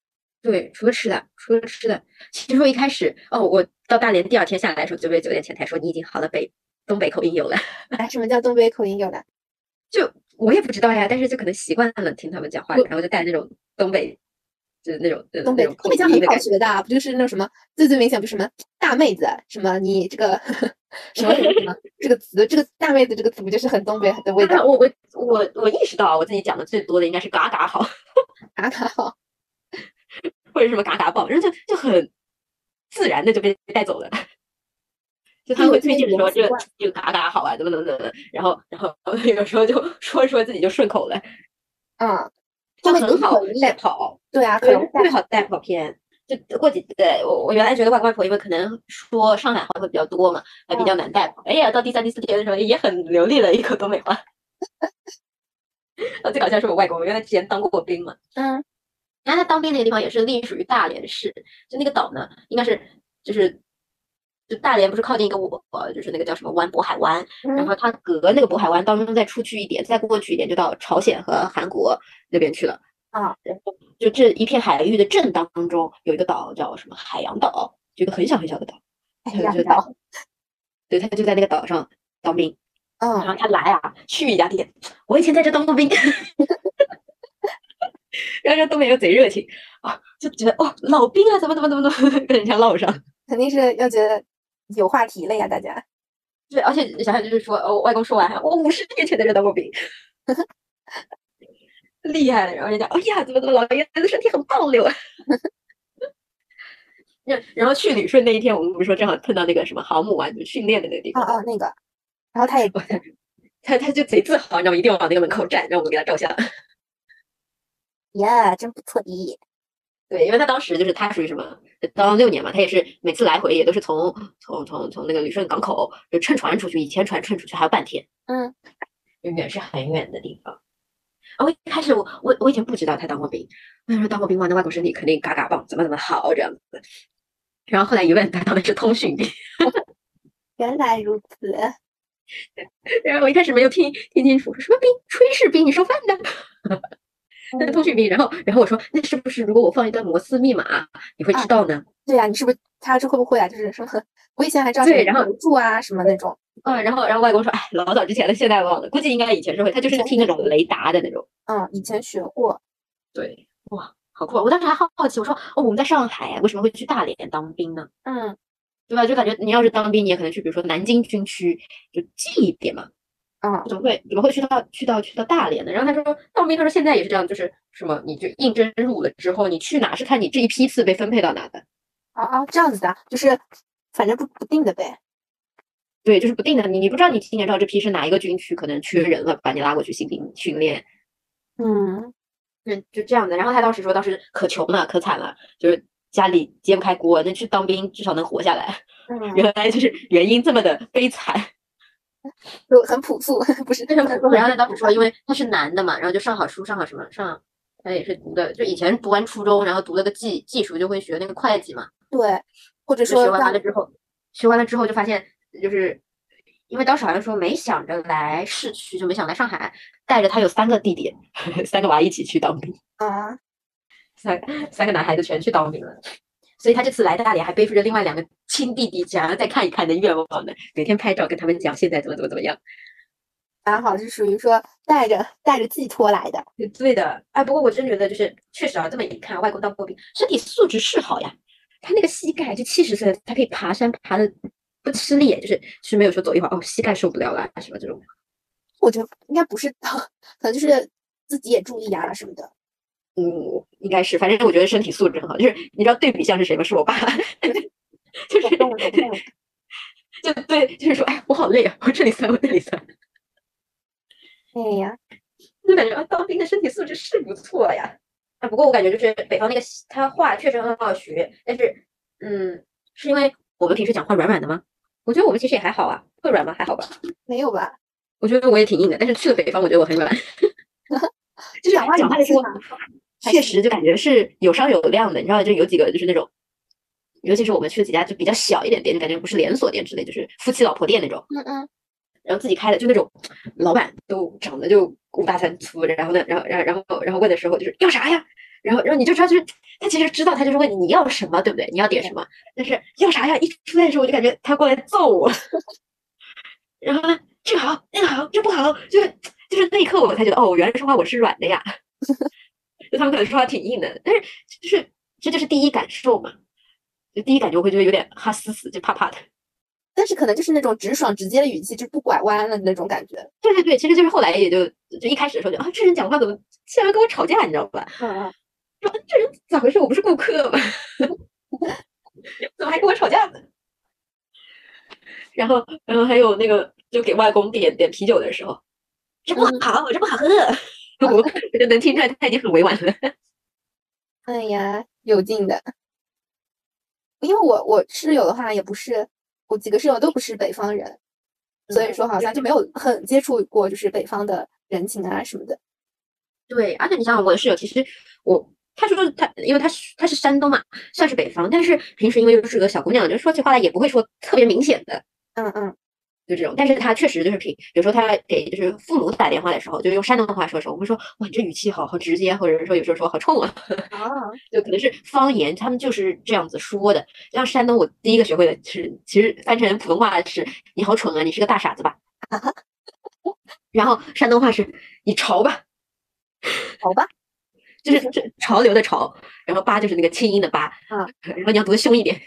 对，除了吃的，除了吃的，其实我一开始，哦，我到大连第二天下来的时候，九月九点前台说你已经好了北东北口音有了， (laughs)
哎，什么叫东北口音有的？
就我也不知道呀，但是就可能习惯了听他们讲话，
我
然后就带那种东北，就是那种呃
东
那
北
种
东
口
北腔很
音的
好
感觉。
学的，不就是那什么最最明显不是什么大妹子，什么你
(laughs)
这个什么什么什么这个词，这个大妹子这个词不就是很东北的味
但 (laughs)
道？
我我我我意识到啊我自己讲的最多的应该是嘎嘎好，
嘎嘎 (laughs) 好，
或者什么嘎嘎棒，然后就就很自然的就被带走了。 (laughs) 就他
对
会
我这
推
边
荐
也
说
很
这
习
个
惯
这个嘎嘎好啊，怎么怎么怎么，然后然后有时候就说着说着自己就顺口了，
嗯，
就
东北
很
口
好
音
带跑。
对啊，可
对，
能
特别好带跑偏。就过几呃，我我原来觉得外外婆因为可能说上海话会比较多嘛，还比较难带跑。哎呀，到第三、第四天的时候也很流利了一口东北话。 (laughs) 呃，最搞笑是我外公，我原来之前当过兵嘛，
嗯
然后他当兵那个地方也是隶属于大连市，就那个岛呢，应该是就是就大连不是靠近一个我就是那个叫什么湾渤海湾，然
嗯
后它隔那个渤海湾当中再出去一点，再过去一点就到朝鲜和韩国那边去了。
啊，
然后就这一片海域的镇当中有一个岛叫什么海洋岛，就一个很小很小的岛，
哎
他
呀
就，在对，他就在那个岛上当兵。然
嗯，
后他来啊，去一家店，我以前在这当过兵。 (laughs) 然后这东北人贼热情啊，就觉得哦，老兵啊，怎么怎么怎么怎么跟人家唠上。
肯定是要觉得有话题了呀，大家。
对，而且你想想就是说，哦，我外公说完，我五十年前在这当过兵， (laughs) 厉害了。然后人家，哎呀，怎么怎么老爷子身体很棒溜啊。 (laughs) 然然后去旅顺那一天，我们不是说正好碰到那个什么航母啊，就训练的那个地
啊
方，
啊，那个，然后他也
他他就贼自豪，你知道吗？一定要往那个门口站，让我们给他照相。
呀，真不错的。
对，因为他当时就是他属于什么，当六年嘛，他也是每次来回也都是从从从从那个旅顺港口就乘船出去，以前船乘出去还要半天，
嗯，
就远是很远的地方。啊，我一开始我我我以前不知道他当过兵，我想说当过兵哇，那外国身体肯定嘎嘎棒，怎么怎么好这样子。然后后来一问，他当的是通讯兵。 (laughs)
原来如此。
然后我一开始没有听听清楚，什么兵？炊事兵？你烧饭的？那是
嗯
通讯兵。然后然后我说，那是不是如果我放一段摩斯密码，你会
啊
知道呢？
对呀、你是不是他这会不会啊？就是什么， (laughs) 我以前还知道
对然后
留住啊什么那种，
嗯，然后然后外公说，哎，老早之前了，现在忘了，估计应该以前是会，他就是听那种雷达的那种。
嗯，以前学过，
对，哇，好酷啊！我当时还好好奇，我说，哦，我们在上海，为什么会去大连当兵呢？
嗯
对吧？就感觉你要是当兵，你也可能去，比如说南京军区，就近一点嘛，
啊
怎么会怎么会去到去到去到大连呢？然后他说，当兵，他说现在也是这样，就是什么，你就应征入了之后，你去哪是看你这一批次被分配到哪的。
啊啊，这样子的，就是反正不不定的呗，
对，就是不定的，你你不知道你今年到这批是哪一个军区，可能缺人了，把你拉过去新兵训练，
嗯
嗯，就这样的。然后他当时说，当时可穷了，可惨了，就是家里揭不开锅，那去当兵至少能活下来。 (laughs)
嗯，
原来就是原因这么的悲惨。
就很朴素， (laughs) 不是
为什么
很朴素
然后他当时说，因为他是男的嘛，然后就上好书，上好什么上，他也是读的，就以前读完初中，然后读了个技技术，就会学那个会计嘛。
对，或者
就
说
学完
让
了之后，学完了之后就发现，就是因为当时好像说没想着来市区，就没想来上海，带着他有三个弟 (laughs) 弟，三个娃一起去当兵，
啊，
三三个男孩子全去当兵了。所以他这次来大连还背负着另外两个亲弟弟，想要再看一看的愿望呢，每天拍照跟他们讲现在怎么怎么怎么样。
蛮好，是属于说带着带着寄托来的，
对的，哎，不过我真觉得就是确实啊，这么一看，外公当过兵，身体素质是好呀。他那个膝盖就七十岁了，他可以爬山爬的不吃力，就是是没有说走一会儿哦膝盖受不了了什么这种。
我觉得应该不是， (laughs) 可能就是自己也注意啊什么 (laughs) 的，
嗯，应该是，反正我觉得身体素质很好。就是你知道对比像是谁吗？是我爸， (laughs) 就
我
是
懂我懂我懂，
(laughs) 就对，就是说，哎，我好累啊，我这里酸，我那里酸，
哎呀，
就感觉啊，当兵的身体素质是不错呀。啊，不过我感觉就是北方那个西他话确实很好学，但是，嗯，是因为我们平时讲话软软的吗？我觉得我们其实也还好啊，会软吗？还好吧。
没有吧？
我觉得我也挺硬的，但是去了北方，我觉得我很软。 (laughs)
讲话
讲话的时候
有技巧，还
确
是
实就感觉是有商有量的，你知道，就有几个就是那种，尤其是我们去了几家就比较小一点店，就感觉不是连锁店之类，就是夫妻老婆店那种，
嗯嗯，
然后自己开的，就那种老板都长得就五大三粗，然后呢，然后然后然后然后问的时候就是要啥呀，然后然后你就知道就是他其实知道他就是问你你要什么对不对？你要点什么？但是要啥呀？一出来的时候我就感觉他过来揍我， (laughs) 然后呢，这个好那个好这不好，就是就是那一刻我才觉得哦，原来说话我是软的呀， (laughs) 就他们可能说话挺硬的，但是就是这就是第一感受嘛，就第一感觉我会觉得有点哈死死就怕怕的。
但是可能就是那种直爽直接的语气，就不拐弯了的那种感觉。
对对对，其实就是后来也就就一开始的时候就啊，这人讲话怎么竟然跟我吵架，你知道吧？
嗯嗯，
说这人咋回事？我不是顾客吗？ (laughs) 怎么还跟我吵架呢？然后，然后还有那个，就给外公点点啤酒的时候，这不好，这不好喝。 (laughs) 我我就能听出来他已经很委婉了。
哎呀，有劲的。因为我我室友的话也不是，我几个室友都不是北方人，所
嗯
以说好像就没有很接触过就是北方的人情啊什么的。
对，而且你想想，我的室友其实我，她说她，因为她是她是山东嘛，算是北方，但是平时因为又是个小姑娘，就说起话来也不会说特别明显的，
嗯嗯
就这种，但是他确实就是平，比如说他给就是父母打电话的时候，就用山东话说的时候，我们说哇，你这语气好好直接，或者是说有时候说好冲啊， (laughs)
啊，
就可能是方言，他们就是这样子说的。像山东，我第一个学会的是，其实翻成普通话是你好蠢啊，你是个大傻子吧。 (laughs) 然后山东话是你潮吧，
好吧，
就是这潮流的潮，然后吧就是那个轻音的吧，
啊，
然后你要读的凶一点，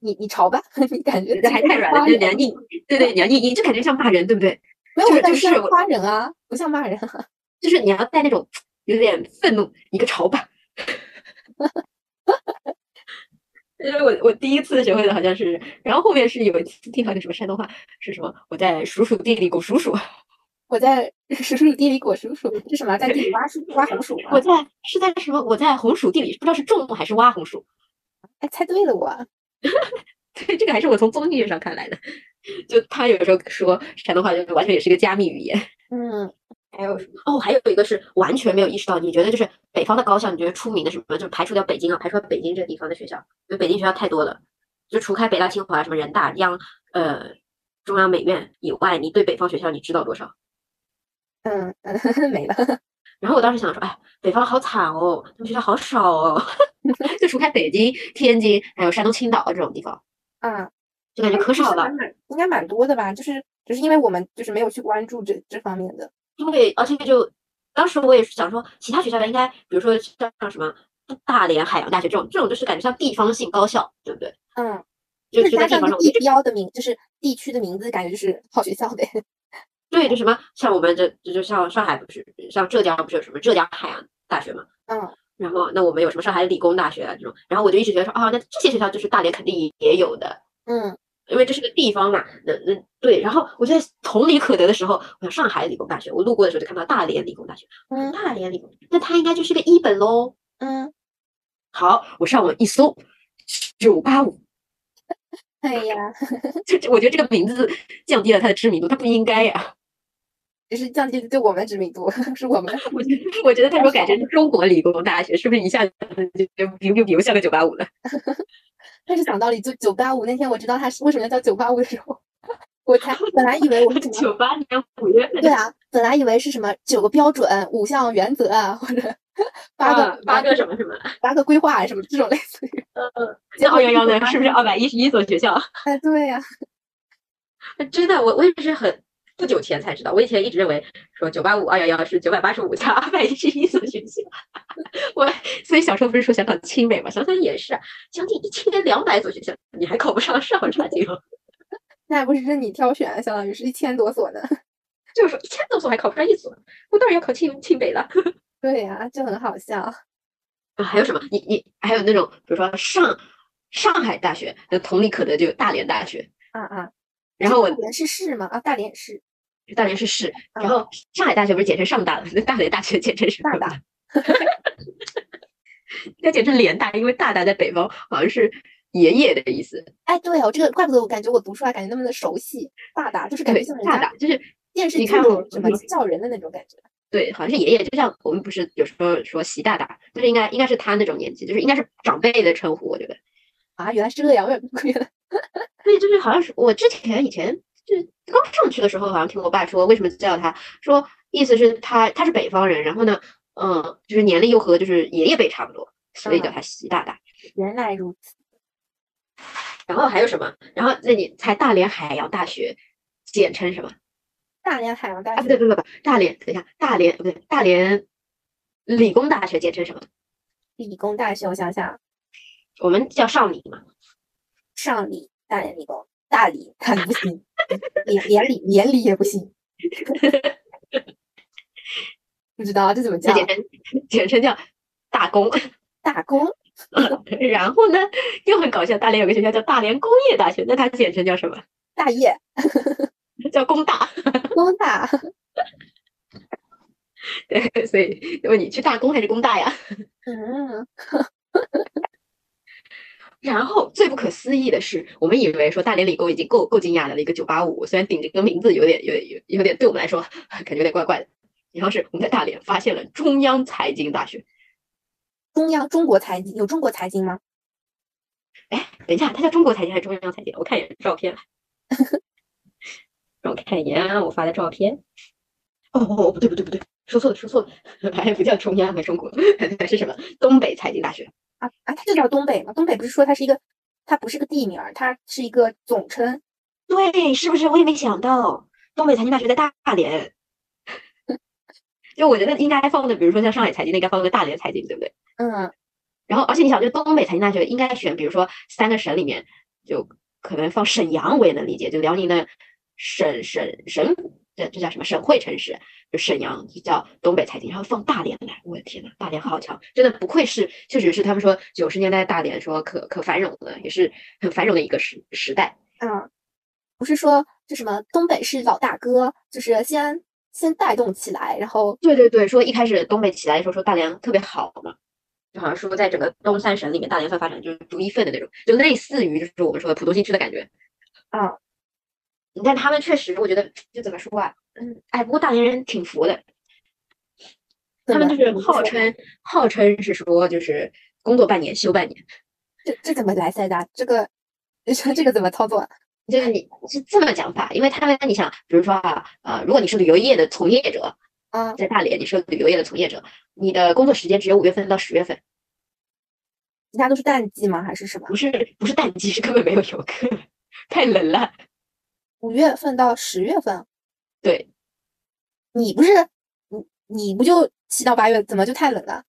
你你吵吧， (laughs) 你感觉
还太软了，就是你要硬，对对，你要硬音，就感觉像骂人，对不对？
没有，
就
我
是
感
就
觉
是
像
我
夸人啊，不像骂人啊。
就是你要带那种有点愤怒，你个潮吧。 (laughs) 因为我我第一次学会的好像是，然后后面是有一次听到一个什么山东话，是什么我在数数地里鼓数数，
我在 (laughs) 数数地里果数数，这什么在地里挖树
(laughs)
挖啊红薯吗
我？在是在什么我在红薯地里，不知道是种还是挖红薯。 (laughs)
哎，猜对了我。
对，这个还是我从综艺上看来的。 (laughs) 就他有时候说山东话，就完全也是一个加密语言。
嗯，
还有什么？哦，还有一个是完全没有意识到，你觉得就是北方的高校，你觉得出名的什么，就是排除掉北京啊，排除掉北京这个地方的学校，因为北京学校太多了，就除开北大、清华、什么人大、央呃中央美院以外，你对北方学校你知道多少？
嗯 (laughs) 嗯，没了。
然后我当时想说，哎，北方好惨哦，他们学校好少哦， (laughs) 就除开北京、天津，还有山东青岛这种地方，
啊，
就感觉可
其实
少了
还。蛮，应该蛮多的吧？就是只是因为我们就是没有去关注这这方面的。
因为而且就当时我也是想说，其他学校应该，比如说像什么大连海洋大学这种，这种就是感觉像地方性高校，对不对？
嗯，
就
就是
就在
加
地
上
方上，
一个
我觉
地
得这
标的名，就是地区的名字，感觉就是好学校呗。
对，就什么像我们这这就像上海不是，像浙江不是有什么浙江海洋大学嘛？
嗯
然后那我们有什么上海理工大学啊这种，然后我就一直觉得说啊，那这些学校就是大连肯定也有的，
嗯，
因为这是个地方嘛。那那对，然后我就在同理可得的时候，我想上海理工大学，我路过的时候就看到大连理工大学，我说
嗯
大连理工，那它应该就是个一本喽。
嗯，
好，我上网一搜，九八五， (laughs)
哎呀，
就就我觉得这个名字降低了它的知名度，它不应该啊呀、
只是降低了对我们的知名度， (laughs) 是我们
(laughs) 我觉得，我觉得他如果改成中国理工大学，是不是一下子就就比就比不像个九八五了？
但是讲道理，就九八五那天我知道他是为什么要叫九八五的时候，我才本来以为我
(laughs)
是什么
(laughs) 九八年五月份
对啊，本来以为是什么九个标准、五项原则啊，或者八个、
啊八个什么什么？
八个规划啊什么这种类似于。
那二幺幺呢？是不是二百一十一所学校？
哎，对呀、
(laughs) 真的，我我也是很不久前才知道，我以前一直认为说九八五二幺幺是九百八十五加二百一十一所学校。 (laughs) 我所以小时候不是说想考清北嘛，想想也是啊，将近一千两百所学校，你还考不上上差评了。
那还不是任你挑选，相当于是一千多所呢。
(laughs)
(laughs)
就是说一千多所还考不上一所，我当然要考清清北了。
对呀、就很好笑。
啊，还有什么？你你还有那种，比如说上上海大学，那同理可得就有大连大学，
啊啊，
然后我
大连是市吗？啊，大连也是
大连是市，然
啊
后上海大学不是简称上大了，那大连大学简称是
大
什么 (laughs)
大？
应该简称联大，因为大大在北方好像是爷爷的意思，
哎，对哦，这个怪不得我感觉我读出啊来感觉那么的熟悉，大大就是感觉
对
像，人
大
家
大就是
电视
你
剧
看
里
我
什么
嗯
叫人的那种感觉。
对，好像是爷爷，就像我们不是有时候说习大大，就是应该应该是他那种年纪，就是应该是长辈的称呼，我觉得。
啊，原来是这样，我也不原来
对，就是好像是我之前以前就是刚上去的时候，好像听我爸说，为什么叫他，说意思是他他是北方人，然后呢，嗯，就是年龄又和就是爷爷辈差不多，所以叫他习大大。
(laughs) 原来如此。
然后还有什么？然后那你猜大连海洋大学简称什么？
大连海洋大
啊，不对，
学
不对，不对，大连，等一下，大连不对，大连理工大学简称什么？
理工大学，我想想，
我们叫上理嘛。
上理、大连理工、大理，大理不行， (laughs) 连连理连理也不行， (laughs) 不知道这怎么
这
叫？
简称 (laughs) 简称叫大工。 (laughs)
打工
然后呢，又很搞笑，大连有个学校叫大连工业大学，那它简称叫什么？
大业
(laughs) 叫工大。
光大
对，所以问你去大工还是工大呀？
嗯，
然后最不可思议的是，我们以为说大连理工已经够够惊讶的了，一个九八五，虽然顶着个名字有点有点有有点对我们来说感觉有点怪怪的。然后是我们在大连发现了中央财经大学，
中央中国财经有中国财经吗？
等一下，它叫中国财经还是中央财经？我看一眼照片， (laughs) 让我看一眼啊，我发的照片。哦哦哦，不对不对不对，说错了说错了， (laughs) 本来不叫中央和中国， (laughs) 还是什么东北财经大学？
啊啊，它就叫东北吗？东北不是说它是一个，它不是个地名儿，它是一个总称。
对，是不是？我也没想到，东北财经大学在大连。就我觉得应该放的，比如说像上海财经，那应该放个大连财经，对不对？
嗯，
然后，而且你想，就东北财经大学应该选，比如说三个省里面，就可能放沈阳，我也能理解，就辽宁的省省省，这这叫什么省会城市？就沈阳就叫东北财经，然后放大连来，我的天呐，大连好强，真的不愧是，确实是他们说九十年代大连说可可繁荣的，也是很繁荣的一个时时代。
啊，不是说就什么东北是老大哥，就是先先带动起来，然后
对对对，说一开始东北起来的时候说大连特别好嘛，就好像说在整个东三省里面，大连算发展就是独一份的那种，就类似于就是我们说的浦东新区的感觉。嗯
啊，
但他们确实，我觉得就怎么说啊，嗯，哎，不过大连人挺服的，
怎
他们
么
就是
怎么
号
说
称号称是说就是工作半年休半年，
这这怎么来塞的？这个你说这个怎么操作？
就是你是这么讲法，因为他们你想，比如说啊，呃，如果你是旅游业的从业者，
啊
在大连你是旅游业的从业者，你的工作时间只有五月份到十月份。
其他都是淡季吗？还是什么
不？是不是淡季，是根本没有游客，太冷了。
五月份到十月份，
对，
你不是你你不就七到八月，怎么就太冷了？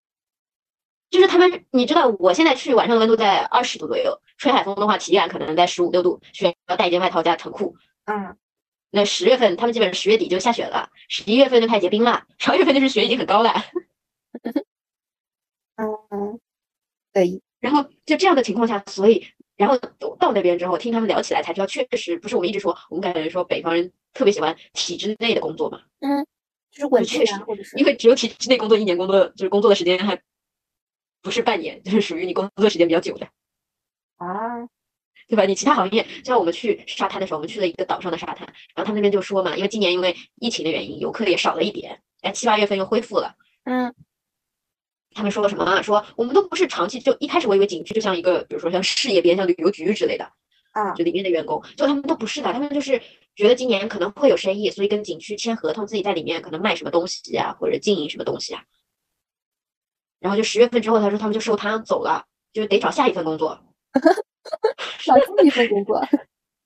就是他们，你知道，我现在去晚上的温度在二十度左右，吹海风的话，体感可能在十五六度，需要带一件外套加长裤。
嗯，
那十月份，他们基本上十月底就下雪了，十一月份就开始结冰了，十二月份就是雪已经很高了。
嗯，可以。
然后就这样的情况下，所以然后到那边之后，听他们聊起来才知道，确实不是我们一直说，我们感觉说北方人特别喜欢体制内的工作嘛。
就是稳
确
定
实
啊，或者是
因为只有体制内工作一年工作，就是工作的时间还不是半年，就是属于你工作时间比较久的，
啊，
对吧？你其他行业，就像我们去沙滩的时候，我们去了一个岛上的沙滩，然后他们那边就说嘛，因为今年因为疫情的原因，游客也少了一点，但七八月份又恢复了。
嗯
他们说什么啊？说我们都不是长期，就一开始我以为景区就像一个，比如说像事业编，像旅游局之类的，
啊，
就里面的员工，就他们都不是的，他们就是觉得今年可能会有生意，所以跟景区签合同，自己在里面可能卖什么东西啊，或者经营什么东西啊。然后就十月份之后，他说他们就收摊走了，就得找下一份工作。
少进一份工作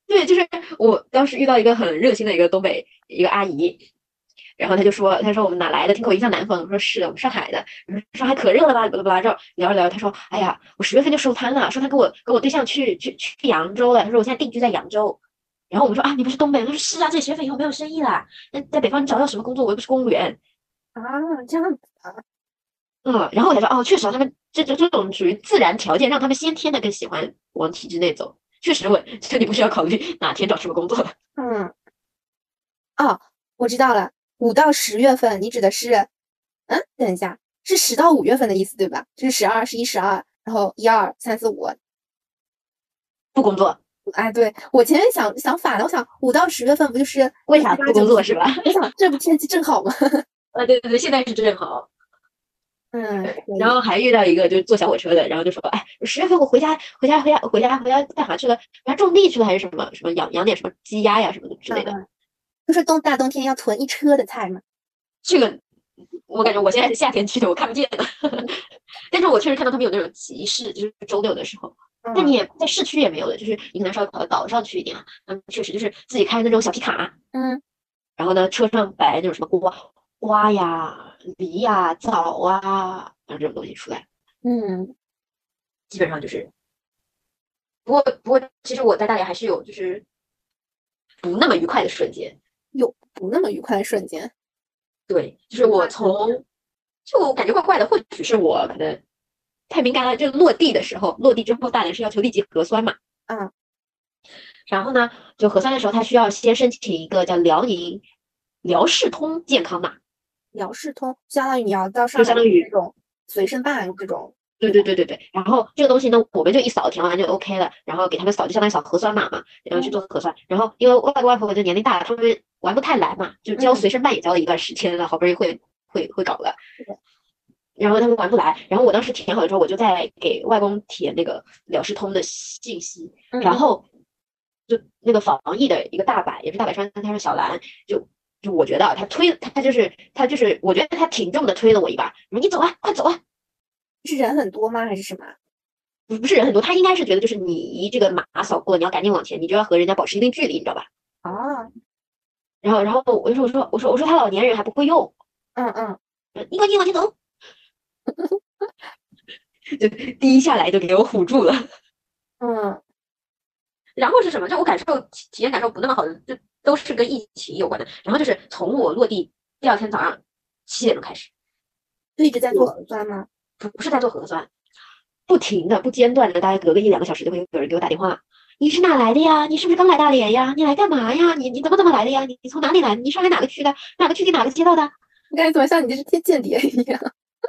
对，就是我当时遇到一个很热心的一个东北一个阿姨，然后她就说，她说我们哪来的？听口音像南方的。我说是的，我们上海的。我说上海可热了吧？巴拉巴拉，这儿聊着聊着，她说，哎呀，我十月份就收摊了，说她跟我跟我对象去去去扬州了。她说我现在定居在扬州。然后我们说啊，你们是东北人？她说是啊，这里十月份以后没有生意啦。那在北方你找到什么工作？我又不是公务员。
啊，这样子
嗯，然后我才说哦，确实啊，他们这这这种属于自然条件，让他们先天的更喜欢往体制内走。确实稳， (laughs) 就你不需要考虑哪天找什么工作了。
嗯， (laughs) 哦，我知道了，五到十月份，你指的是，嗯，等一下，是十到五月份的意思对吧？就是十二、十一、十二，然后一二三四五。
不工作，
哎，对，我前面想想反了，我想五到十月份不就是
为
七
啥
八
不
九
工作
十
是吧？
我想这不天气正好吗？
呃，对对对，现在是正好。
(laughs) 嗯，
然后还遇到一个就是坐小火车的，然后就说，哎，十月份我回家回家回家回家回家干嘛去了？然后种地去了还是什么什么养养点什么鸡鸭呀什么的之类的。
嗯就是冬大冬天要囤一车的菜嘛。
这个我感觉我现在是夏天去的，我看不见的。
嗯
(laughs) 但是我确实看到他们有那种集市，就是周六的时候，
嗯
但你也在市区也没有的，就是你可能稍微跑到岛上去一点啊。嗯，确实就是自己开那种小皮卡，
嗯
然后呢车上摆那种什么瓜瓜呀、梨呀、枣啊，然后这种东西出来，
嗯
基本上就是。不过不过，其实我在大连还是有就是不那么愉快的瞬间。
有不那么愉快的瞬间。
对，就是
明
我
白
从，就我感觉怪怪的，或许是我可能太敏感了。就落地的时候，落地之后大连是要求立即核酸嘛，
嗯，
然后呢，就核酸的时候，他需要先申请一个叫辽宁辽视通健康码。
辽视通相当于你要到上
就相
海
当于
这种随身办这种，
对对对对对，然后这个东西呢，我们就一扫填完就 OK 了，然后给他们扫就相当于扫核酸码嘛，然后
嗯
去做核酸。然后因为外公外婆就年龄大了，他们玩不太来嘛，就交
嗯
随身办也交了一段时间了，好不容易会会会搞了
是的，
然后他们玩不来，然后我当时填好了之后，我就在给外公填那个了视通的信息，然
嗯
后就那个防疫的一个大摆，也是大摆川，他是小兰，就就我觉得啊他推他就是他就是，我觉得他挺重的推了我一把，说你走啊，快走啊。
是人很多吗？还是什么？
不不是人很多，他应该是觉得就是你一这个码扫过，你要赶紧往前，你就要和人家保持一定距离，你知道吧？
啊，
然后然后我就说我说我说我说他老年人还不会用，
嗯嗯，
你赶紧往前走， (laughs) 就第一下来就给我唬住了。
嗯，
然后是什么？就我感受体体验感受不那么好的，就都是跟疫情有关的。然后就是从我落地第二天早上七点钟开始，
就一直在做
我
核酸吗？
不不是在做核酸，不停的、不间断的，大概隔个一两个小时就会有人给我打电话。你是哪来的呀？你是不是刚来大连呀？你来干嘛呀？你你怎么怎么来的呀？你你从哪里来的？你上海哪个区的？哪个区里哪个街道的？
我感觉怎么像你这是间间谍一样？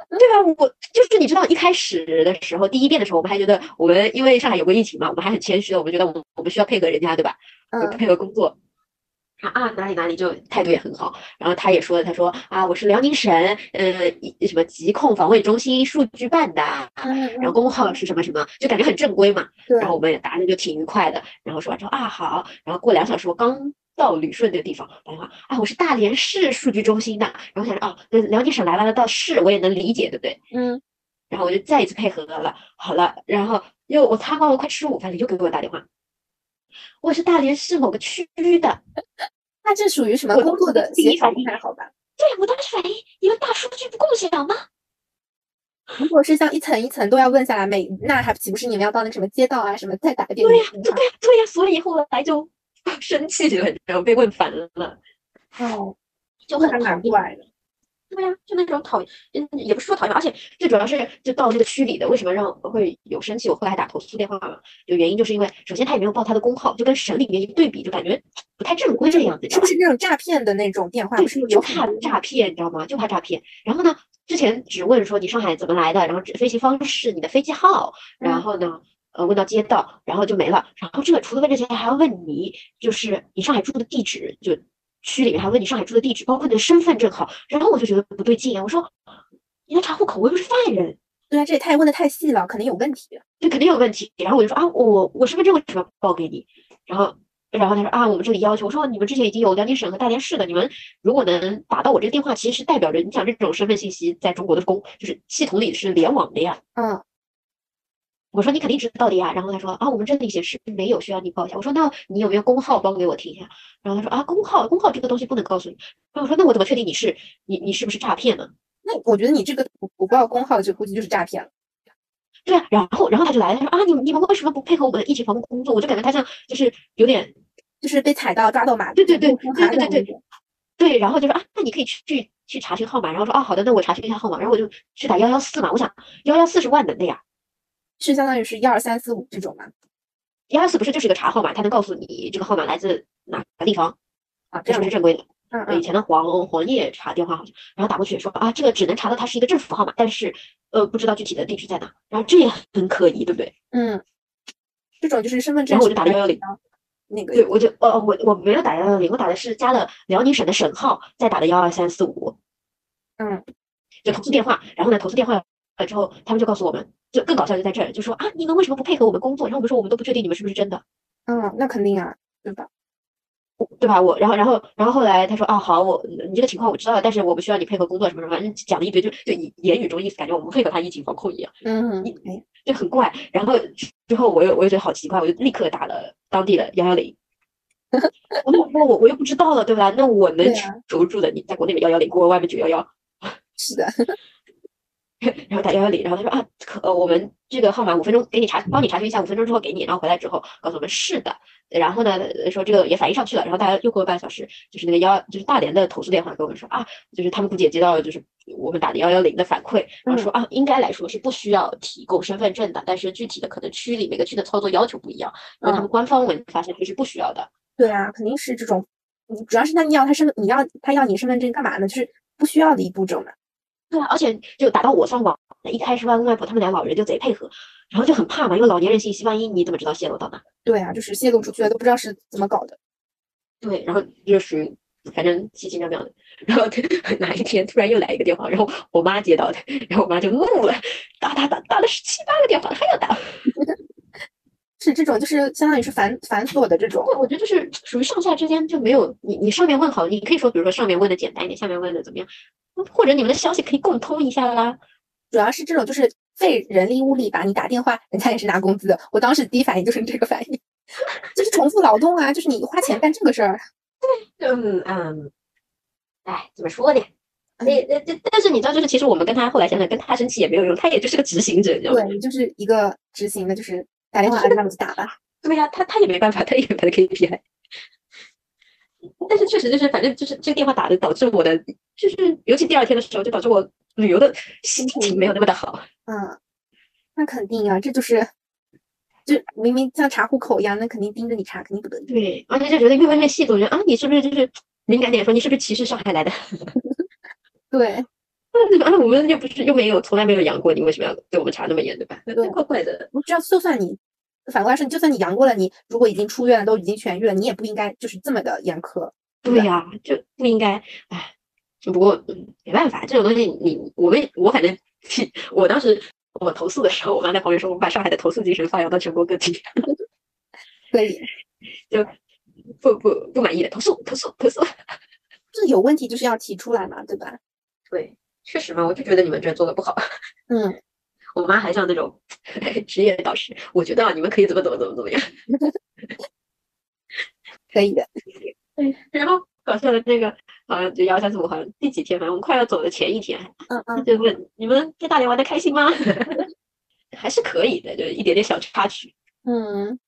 对啊，我就是你知道一开始的时候，第一遍的时候，我们还觉得我们因为上海有过疫情嘛，我们还很谦虚的，我们觉得我们我们需要配合人家，对吧？就
嗯
配合工作。啊啊，哪里哪里就态度也很好，然后他也说了，他说啊，我是辽宁省呃一什么疾控防卫中心数据办的，啊
嗯
然后工号是什么什么，就感觉很正规嘛。
对
然，后我们也答的就挺愉快的。然后说完之后啊好，然后过两小时我刚到旅顺这个地方打电话啊，我是大连市数据中心的。然后想着啊，那辽宁省来完了到市我也能理解，对不对？
嗯
然后我就再一次配合了，好了，然后又我擦光了，快吃午饭了，又给我打电话，我是大连市某个区的。
那这属于什么
我
工
当
作
时
的
第一
协调
反
不
应
太好吧？
对我当时反应，你们大数据不共享吗？
如果是像一层一层都要问下来，每那还岂不是你们要到那什么街道啊什么再打一遍
对呀、
电
对
话？
呀、对呀、所以后来就 (laughs) 生气了，然后被问烦了，
哦，
就
那
很
还
讨
蛮
厌。
怪的。
对呀、就那种讨厌，嗯，也不是说讨厌，而且最主要是就到这个区里的，为什么让会有生气？我后来还打投诉电话嘛，就原因就是因为首先他也没有报他的工号，就跟省里面一对比，就感觉不太正规这样子，
是不是那种诈骗的那种电话？
对，
不是
就
有
怕
很多
诈骗，你知道吗？就怕诈骗。然后呢，之前只问说你上海怎么来的，然后只飞行方式、你的飞机号，然
嗯
后呢，呃，问到街道，然后就没了。然后这个除了问这些，还要问你就是你上海住的地址，就区里面还问你上海住的地址，包括你的身份证号。然后我就觉得不对劲啊，我说你来查户口，我又不是犯人，
对啊，这也太问的太细了，肯定有问题。
就肯定有问题。然后我就说啊，我我身份证为什么要报给你？然后然后他说啊，我们这里要求，我说你们之前已经有辽宁省和大连市的，你们如果能打到我这个电话，其实是代表着你想这种身份信息在中国的公就是系统里是联网的呀。
嗯，
我说你肯定知道的呀。然后他说啊，我们这里显示没有需要你报一下。我说那你有没有工号报给我听一下？然后他说啊，工号工号这个东西不能告诉你。然后我说那我怎么确定你是你你是不是诈骗呢？
那我觉得你这个不不报工号就估计就是诈骗了。
对啊，然后然后他就来了，他说啊，你你们为什么不配合我们疫情防控工作？我就感觉他像就是有点
就是被踩到抓到马，
对对对
路出
对
汗
对
那
对
种。
对，然后就说啊，那你可以去去去查询号码，然后说啊，好的，那我查询一下号码，然后我就去打幺幺四嘛，我想幺幺四是万能的呀，
是相当于是一二三四五这种嘛？
幺幺四不是就是一个查号码，它能告诉你这个号码来自哪个地方，
啊，这
这是不
样的
是正规的？
嗯
以
嗯
前的黄黄页查电话好像，然后打过去说啊，这个只能查到它是一个政府号码，但是呃不知道具体的地址在哪，然后这也很可疑，对不对？
嗯，这种就是身份证
然后我
是比
就
较
打
紧张。
110
那个
对，我就呃我我没有打幺幺零，我打的是加了辽宁省的省号，再打的幺二三四五，
嗯，
就投诉电话，然后呢，投诉电话了之后，他们就告诉我们，就更搞笑就在这儿，就说啊，你们为什么不配合我们工作？然后我们说我们都不确定你们是不是真的，
嗯，那肯定啊，对吧？
我对吧？我然后然后然后后来他说啊，好，我你这个情况我知道了，但是我们需要你配合工作什么什么，反正讲了一堆，就就以言语中意思感觉我们配合他疫情防控一样，
嗯
你，
哎，
就很怪。然后之后我又我又觉得好奇怪，我就立刻打了当地的幺幺零。 (laughs) 那那我我又不知道了，对吧？那我能
对啊
求助的，你在国内的幺幺零，国外面九幺幺，
是的，
然后打幺幺零，然后他说啊，可呃我们这个号码五分钟给你查，帮你查询一下，五分钟之后给你，然后回来之后告诉我们是的，然后呢呃说这个也反映上去了，然后大家又过了半个小时，就是那个幺就是大连的投诉电话跟我们说啊，就是他们不仅接到了就是我们打的幺幺零的反馈，然后说啊应该来说是不需要提供身份证的，但是具体的可能区里每个区的操作要求不一样，然后他们官方文发现这是不需要的，
对啊，肯定是这种，你主要是他要他身份，你要他要你身份证干嘛呢？就是不需要的一步骤嘛。
对啊，而且就打到我上网，一开始外公外婆他们俩老人就贼配合，然后就很怕嘛，因为老年人信息万一你怎么知道泄露到哪？
对啊，就是泄露出去了都不知道是怎么搞的。
对，然后就属于反正奇奇妙妙的。然后 (laughs) 哪一天突然又来一个电话，然后我妈接到的，然后我妈就怒了，打打打打了十七八个电话还要打。
是这种，就是相当于是繁繁琐的这种。
我觉得就是属于上下之间就没有你你上面问好，你可以说比如说上面问的简单一点，下面问的怎么样，或者你们的消息可以共通一下啦。
主要是这种就是费人力物力吧，你打电话，人家也是拿工资的。我当时第一反应就是这个反应， (laughs) 就是重复劳动啊，就是你花钱干这个事儿。
嗯嗯，哎，怎么说呢？那那但哎但是你知道，就是其实我们跟他后来想想，跟他生气也没有用，他也就是个执行者，你知道吗？
对，就是一个执行的，就是打 (laughs) 电话
是的
那我就打吧。
对呀、他他也没办法，他也没办法 KPI。但是确实就是，反正就是这个电话打的，导致我的就是，尤其第二天的时候，就导致我旅游的心情没有那么的好。
嗯，那肯定啊，这就是就明明像查户口一样，那肯定盯着你查，肯定不得已。
对，而且就觉得越问越细，总觉得啊，你是不是就是敏感点说，你是不是歧视上海来的？ (laughs)
对，
啊，我们又不是又没有从来没有养过你，为什么要对我们查那么严，对吧？那
对
怪怪的。
我只要就算你反过来说，你就算你阳过了，你如果已经出院了，都已经痊愈了，你也不应该就是这么的严苛。
对呀、就不应该，哎，不过嗯没办法，这种东西你我们我反正我当时我投诉的时候，我妈在旁边说，我们把上海的投诉精神发扬到全国各地，
所以
不不不满意的投诉投诉投诉。
这有问题就是要提出来嘛，对吧？
对，确实嘛，我就觉得你们这做的不好。 (laughs)
嗯。
我妈还像那种 (laughs) 职业导师，我觉得啊，你们可以怎么怎么怎么怎么样。 (laughs)
可以的，
对，然后搞笑的那个，好像就幺三四五，好像第几天，反正我们快要走的前一天，
嗯
他
嗯，
就问你们在大连玩的开心吗？ (laughs) 还是可以的，就一点点小插曲。
嗯，